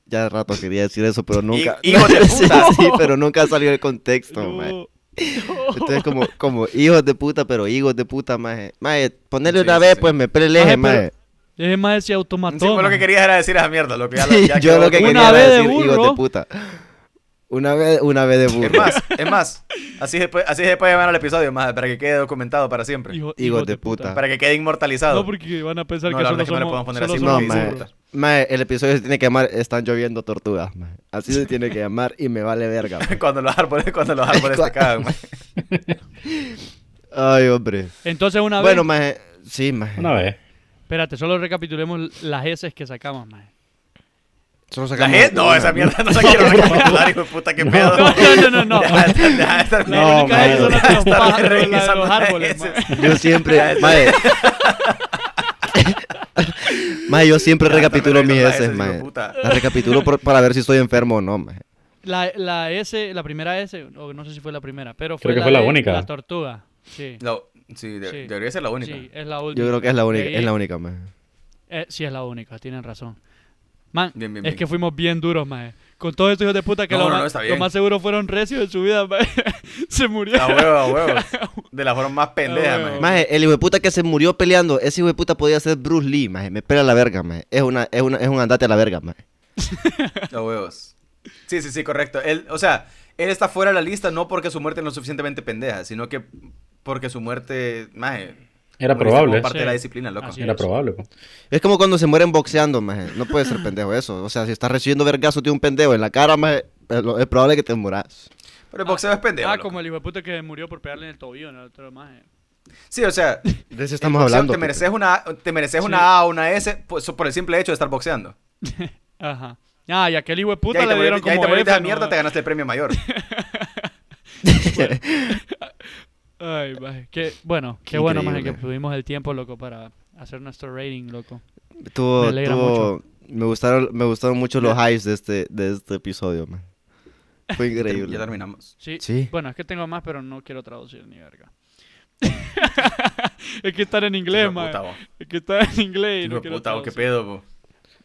Ya de rato quería decir eso, pero nunca. Hi- hijos de Sí, puta. sí, pero nunca salió el contexto, No. maje. Entonces, como, como hijos de puta, pero hijos de puta, maje. Maje, ponerle Sí, una sí, vez, sí. pues me peleje, Maje, pero- maje. Ese maje se automató. Sí, fue lo que maje. querías era decir esa mierda, loco. ya lo- ya Sí, Yo quedó lo que como- Una quería vez era de decir, hijos burro. de puta. Una vez, una vez de Es burro. más, es más. Así se puede, así se puede llamar al episodio, más para que quede documentado para siempre. Hijo- Hijos de puta. Para que quede inmortalizado. No, porque van a pensar No, que la solo verdad es que no le podemos somos, poner solo así, somos porque No, burros. dice- mae. burro. Mae, el episodio se tiene que llamar Están lloviendo tortugas, mae. Así se tiene que llamar y me vale verga. mae. cuando los árboles, cuando los árboles se cagan, man. Ay, hombre. Entonces una Bueno, vez... mae, sí, mae. Una vez. Espérate, solo recapitulemos las heces que sacamos, maje. Solo La sacamos gente, no, una, esa mae. mierda no se quiero recapitular, hijo de puta, qué pedo. No, no, no, no. Deja de- deja de estar- La No, única maje. de son las de los Estar pájaros, la de revisando los árboles, esas. maje. Yo siempre, mae. Mae, yo siempre Ya, recapitulo también mis las heces, heces, hijo mae. de puta. Las recapitulo por- para ver si estoy enfermo o no, mae. La, la S, la primera S, o no sé si fue la primera, pero fue Creo que la fue la de única. La tortuga. Sí. No, sí, de- Sí. debería ser la única. Sí, es la última. Yo creo que es la única, Y- es la única, mae. eh, sí, es la única, tienen razón. Man, Bien, bien, es bien. que fuimos bien duros, maje. Con todos estos hijos de puta que No, lo, no, ma- no, está lo bien. más seguro fueron recios en su vida, maje. Se murió. A huevo, a huevo. De la forma más pendeja, huevo. man. Maje, el hijo de puta que se murió peleando, ese hijo de puta podía ser Bruce Lee, maje. Me pela la verga, maje. Es, una, es, una, es un andate a la verga, maje. A huevos. Sí, sí, sí, correcto. Él, o sea, él está fuera de la lista no porque su muerte no es suficientemente pendeja, sino que porque su muerte, maje, Era moriste probable. Como parte Sí. de la disciplina, loco. Así Era es. probable. po. Es como cuando se mueren boxeando, maje. No puede ser pendejo eso. O sea, si estás recibiendo vergazo de un pendejo en la cara, maje, es lo- es probable que te muras. Pero el boxeo es pendejo. Ah, loco. como el hijo de puta que murió por pegarle en el tobillo, no el otro eh. maje. Sí, o sea, De eso estamos boxeo hablando. te Pepe. mereces una te mereces Sí. una A, una S por, por el simple hecho de estar boxeando. Ajá. Ah, y aquel hijo de Ya puta ahí te le dieron moriste- ya ahí como te moriste de F, ¿no? mierda, te ganaste el premio mayor. Ay, maje. Qué, bueno, qué Qué bueno, maje, que increíble. tuvimos el tiempo, loco, para hacer nuestro rating, loco. Tuvo- Me alegra tuvo- me gustaron, me gustaron mucho los highs de este, de este episodio, maje. Fue increíble. ya terminamos. Sí. Sí. Bueno, es que tengo más, pero no quiero traducir ni verga. es que estar en inglés, Hijo de maje. puta, vos. Es que está en inglés y Hijo no de quiero puta, vos, qué traducir. pedo, vos.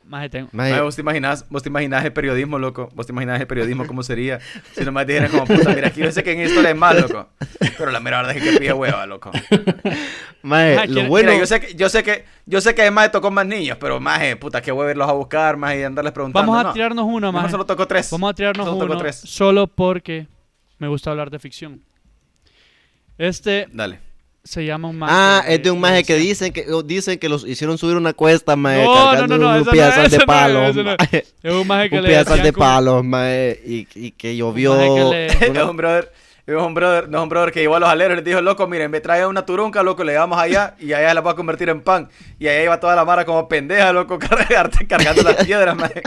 Maje, tengo. Maje, Mae, vos te imaginas, vos te imaginas el periodismo, loco. Vos te imaginas el periodismo cómo sería si nomás dijeran como puta, mira, aquí yo sé que en esto es mal, loco. Pero la mera verdad es que pide hueva, loco. maje, Maje, lo ¿quiere- bueno... Mira, yo sé que, yo sé que, yo sé que además tocó más niños, pero más, puta, qué hueva irlos a buscar, más y andarles preguntando. Vamos a no. tirarnos uno, Mejor maje. solo tocó tres. Vamos a tirarnos Solo tocó uno tres. solo porque me gusta hablar de ficción. Este Dale. se llama un maje. Ah, que- es de un maje que dicen que o dicen que los hicieron subir una cuesta, maje, No, cargando no, no, no, un esa no, pedazal esa de no, palos, esa no. maje. Es un maje que un le pedazal decían de como- palos, mae, y, y que llovió. maje que es un brother, es un brother, no es un brother que llegó a los aleros y les dijo, loco, miren, me trae una turunca, loco, le damos allá y allá la va a convertir en pan. Y allá iba toda la mara como pendeja, loco, cargarte- cargando las piedras, maje.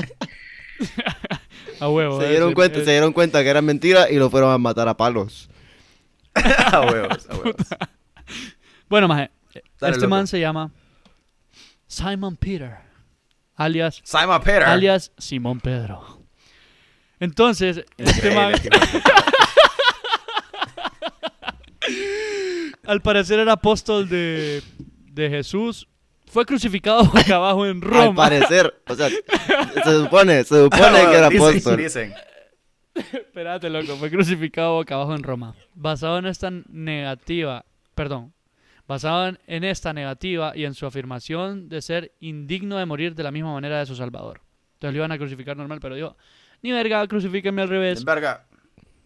A huevo. Se eh, dieron sí, cuenta, eh, se dieron cuenta que era mentira y lo fueron a matar a palos. a huevos, a huevos. Bueno, maje. Dale, este loco. man se llama Simon Peter, alias Simon Peter. alias Simón Pedro. Entonces, este man, Increíble, tipo. al parecer era apóstol de, de Jesús, fue crucificado boca abajo en Al Roma. parecer, o sea, se supone, se supone que era Dicen, apóstol. Dicen. Espérate, loco, fue crucificado boca abajo en Roma. Basado en esta negativa, perdón, basado en- en esta negativa y en su afirmación de ser indigno de morir de la misma manera de su Salvador. Entonces lo iban a crucificar normal, pero dijo, ni verga, crucifíquenme al De revés. verga.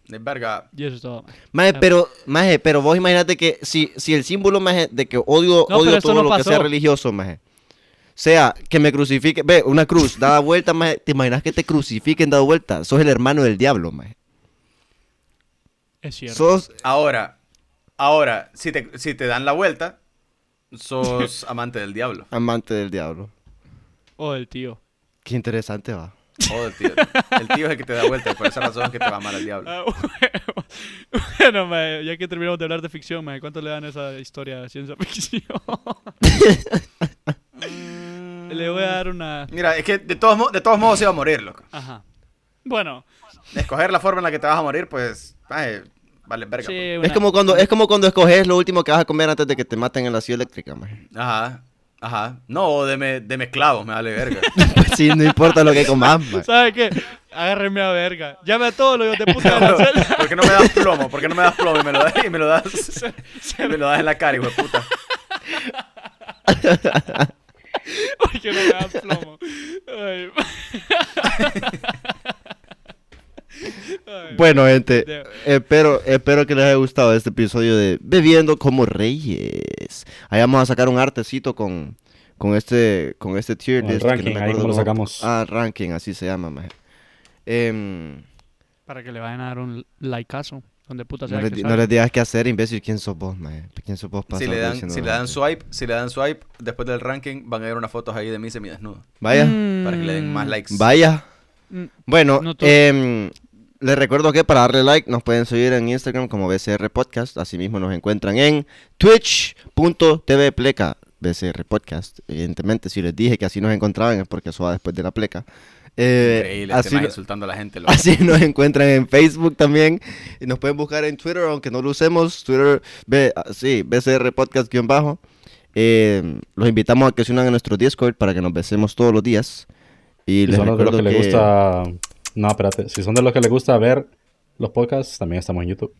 De verga. Y eso es todo. man. Maje, pero, maje, pero vos imagínate que si, si el símbolo, maje, de que odio, No, pero odio eso todo no lo que pasó. sea religioso, maje. Sea que me crucifique, ve, una cruz, dada vuelta, maje, te imaginas que te crucifiquen dado vuelta. Sos el hermano del diablo, maje. Es cierto. Sos Ahora, ahora, si te, si te dan la vuelta, sos amante del diablo. amante del diablo. o del tío. Qué interesante va. O del tío. El tío es el que te da vuelta y por esa razón es que te va a amar al diablo. Ah, bueno. bueno, mae, ya que terminamos de hablar de ficción, mae, ¿cuánto le dan a esa historia de ciencia ficción? le voy a dar una... Mira, es que de todos, mo- de todos modos se iba a morir, loco. Ajá. Bueno, Escoger la forma en la que te vas a morir, pues, ay, vale verga. sí, pues. Es una- como cuando es como cuando escoges lo último que vas a comer antes de que te maten en la silla eléctrica, maje. pues. Ajá, ajá. No, o de me, de esclavos, me vale verga. Sí, no importa lo que comas, maje. ¿Sabe qué? Agárrenme a verga. Llame a todos los hijos de puta de la celda. ¿Por qué no me das plomo? ¿Por qué no me das plomo y me lo das, y me lo das, y me lo das en la cara, hijo de puta? Porque no me da plomo. Ay. Ay, Bueno, gente, De- espero, espero que les haya gustado este episodio de Bebiendo como Reyes. Ahí vamos a sacar un artecito con, con este con este tier Con el list que no ranking, me ahí acuerdo cómo lo cómo- sacamos. Ah, ranking, así se llama, maje. Em, Para que le vayan a dar un likeazo. Donde puta sea no, les, que di- salga. no les digas qué hacer, imbécil. ¿Quién sos vos, maje? ¿Quién sos vos para Si estar le, dan, diciendo si le nada? dan swipe, si le dan swipe, después del ranking van a ver unas fotos ahí de mí semidesnudo. Vaya, Para que le den más likes. vaya. Mm, Bueno, No todo. em, les recuerdo que para darle like nos pueden seguir en Instagram como BCR Podcast. Asimismo nos encuentran en twitch.tv pleca BCR Podcast. Evidentemente, si les dije que así nos encontraban es porque eso va después de la pleca. Eh, Increíble, así, este más no- insultando a la gente. loco. así nos encuentran en Facebook también. Y nos pueden buscar en Twitter, aunque no lo usemos. Twitter, B, ah, sí, BCR Podcast guión bajo. Em, los invitamos a que se unan a nuestro Discord para que nos besemos todos los días. Y Si les son de los recuerdo que, les que- gusta. No, espérate. Si son de los que les gusta ver los podcasts, también estamos en YouTube.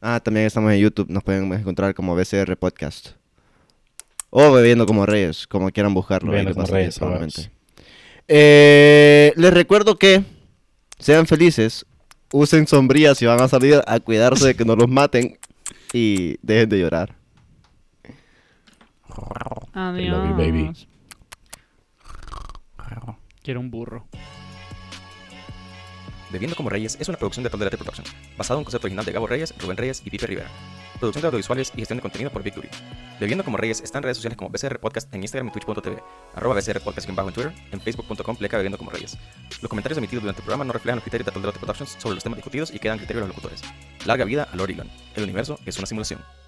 Ah, también estamos en YouTube. Nos pueden encontrar como BCR Podcast. O Bebiendo como Reyes, como quieran buscarlo. ahí Bebiendo les va como a salir Reyes, probablemente. vamos. Eh, les recuerdo que sean felices, usen sombrías si van a salir a cuidarse de que no los maten y dejen de llorar. I love you, baby. Adiós. Quiero un burro. Bebiendo como Reyes es una producción de Pandora Production, basada en un concepto original de Gabo Reyes, Rubén Reyes y Pipe Rivera. Producción de audiovisuales y gestión de contenido por Victory. Bebiendo como Reyes está en redes sociales como BCR Podcast en Instagram y Twitch.tv, arroba BCR Podcast guión bajo en Twitter, en Facebook.com pleca Bebiendo como Reyes. Los comentarios emitidos durante el programa no reflejan los criterios de Pandora Productions sobre los temas discutidos y quedan criterios de los locutores. Larga vida al Oregon. El universo es una simulación.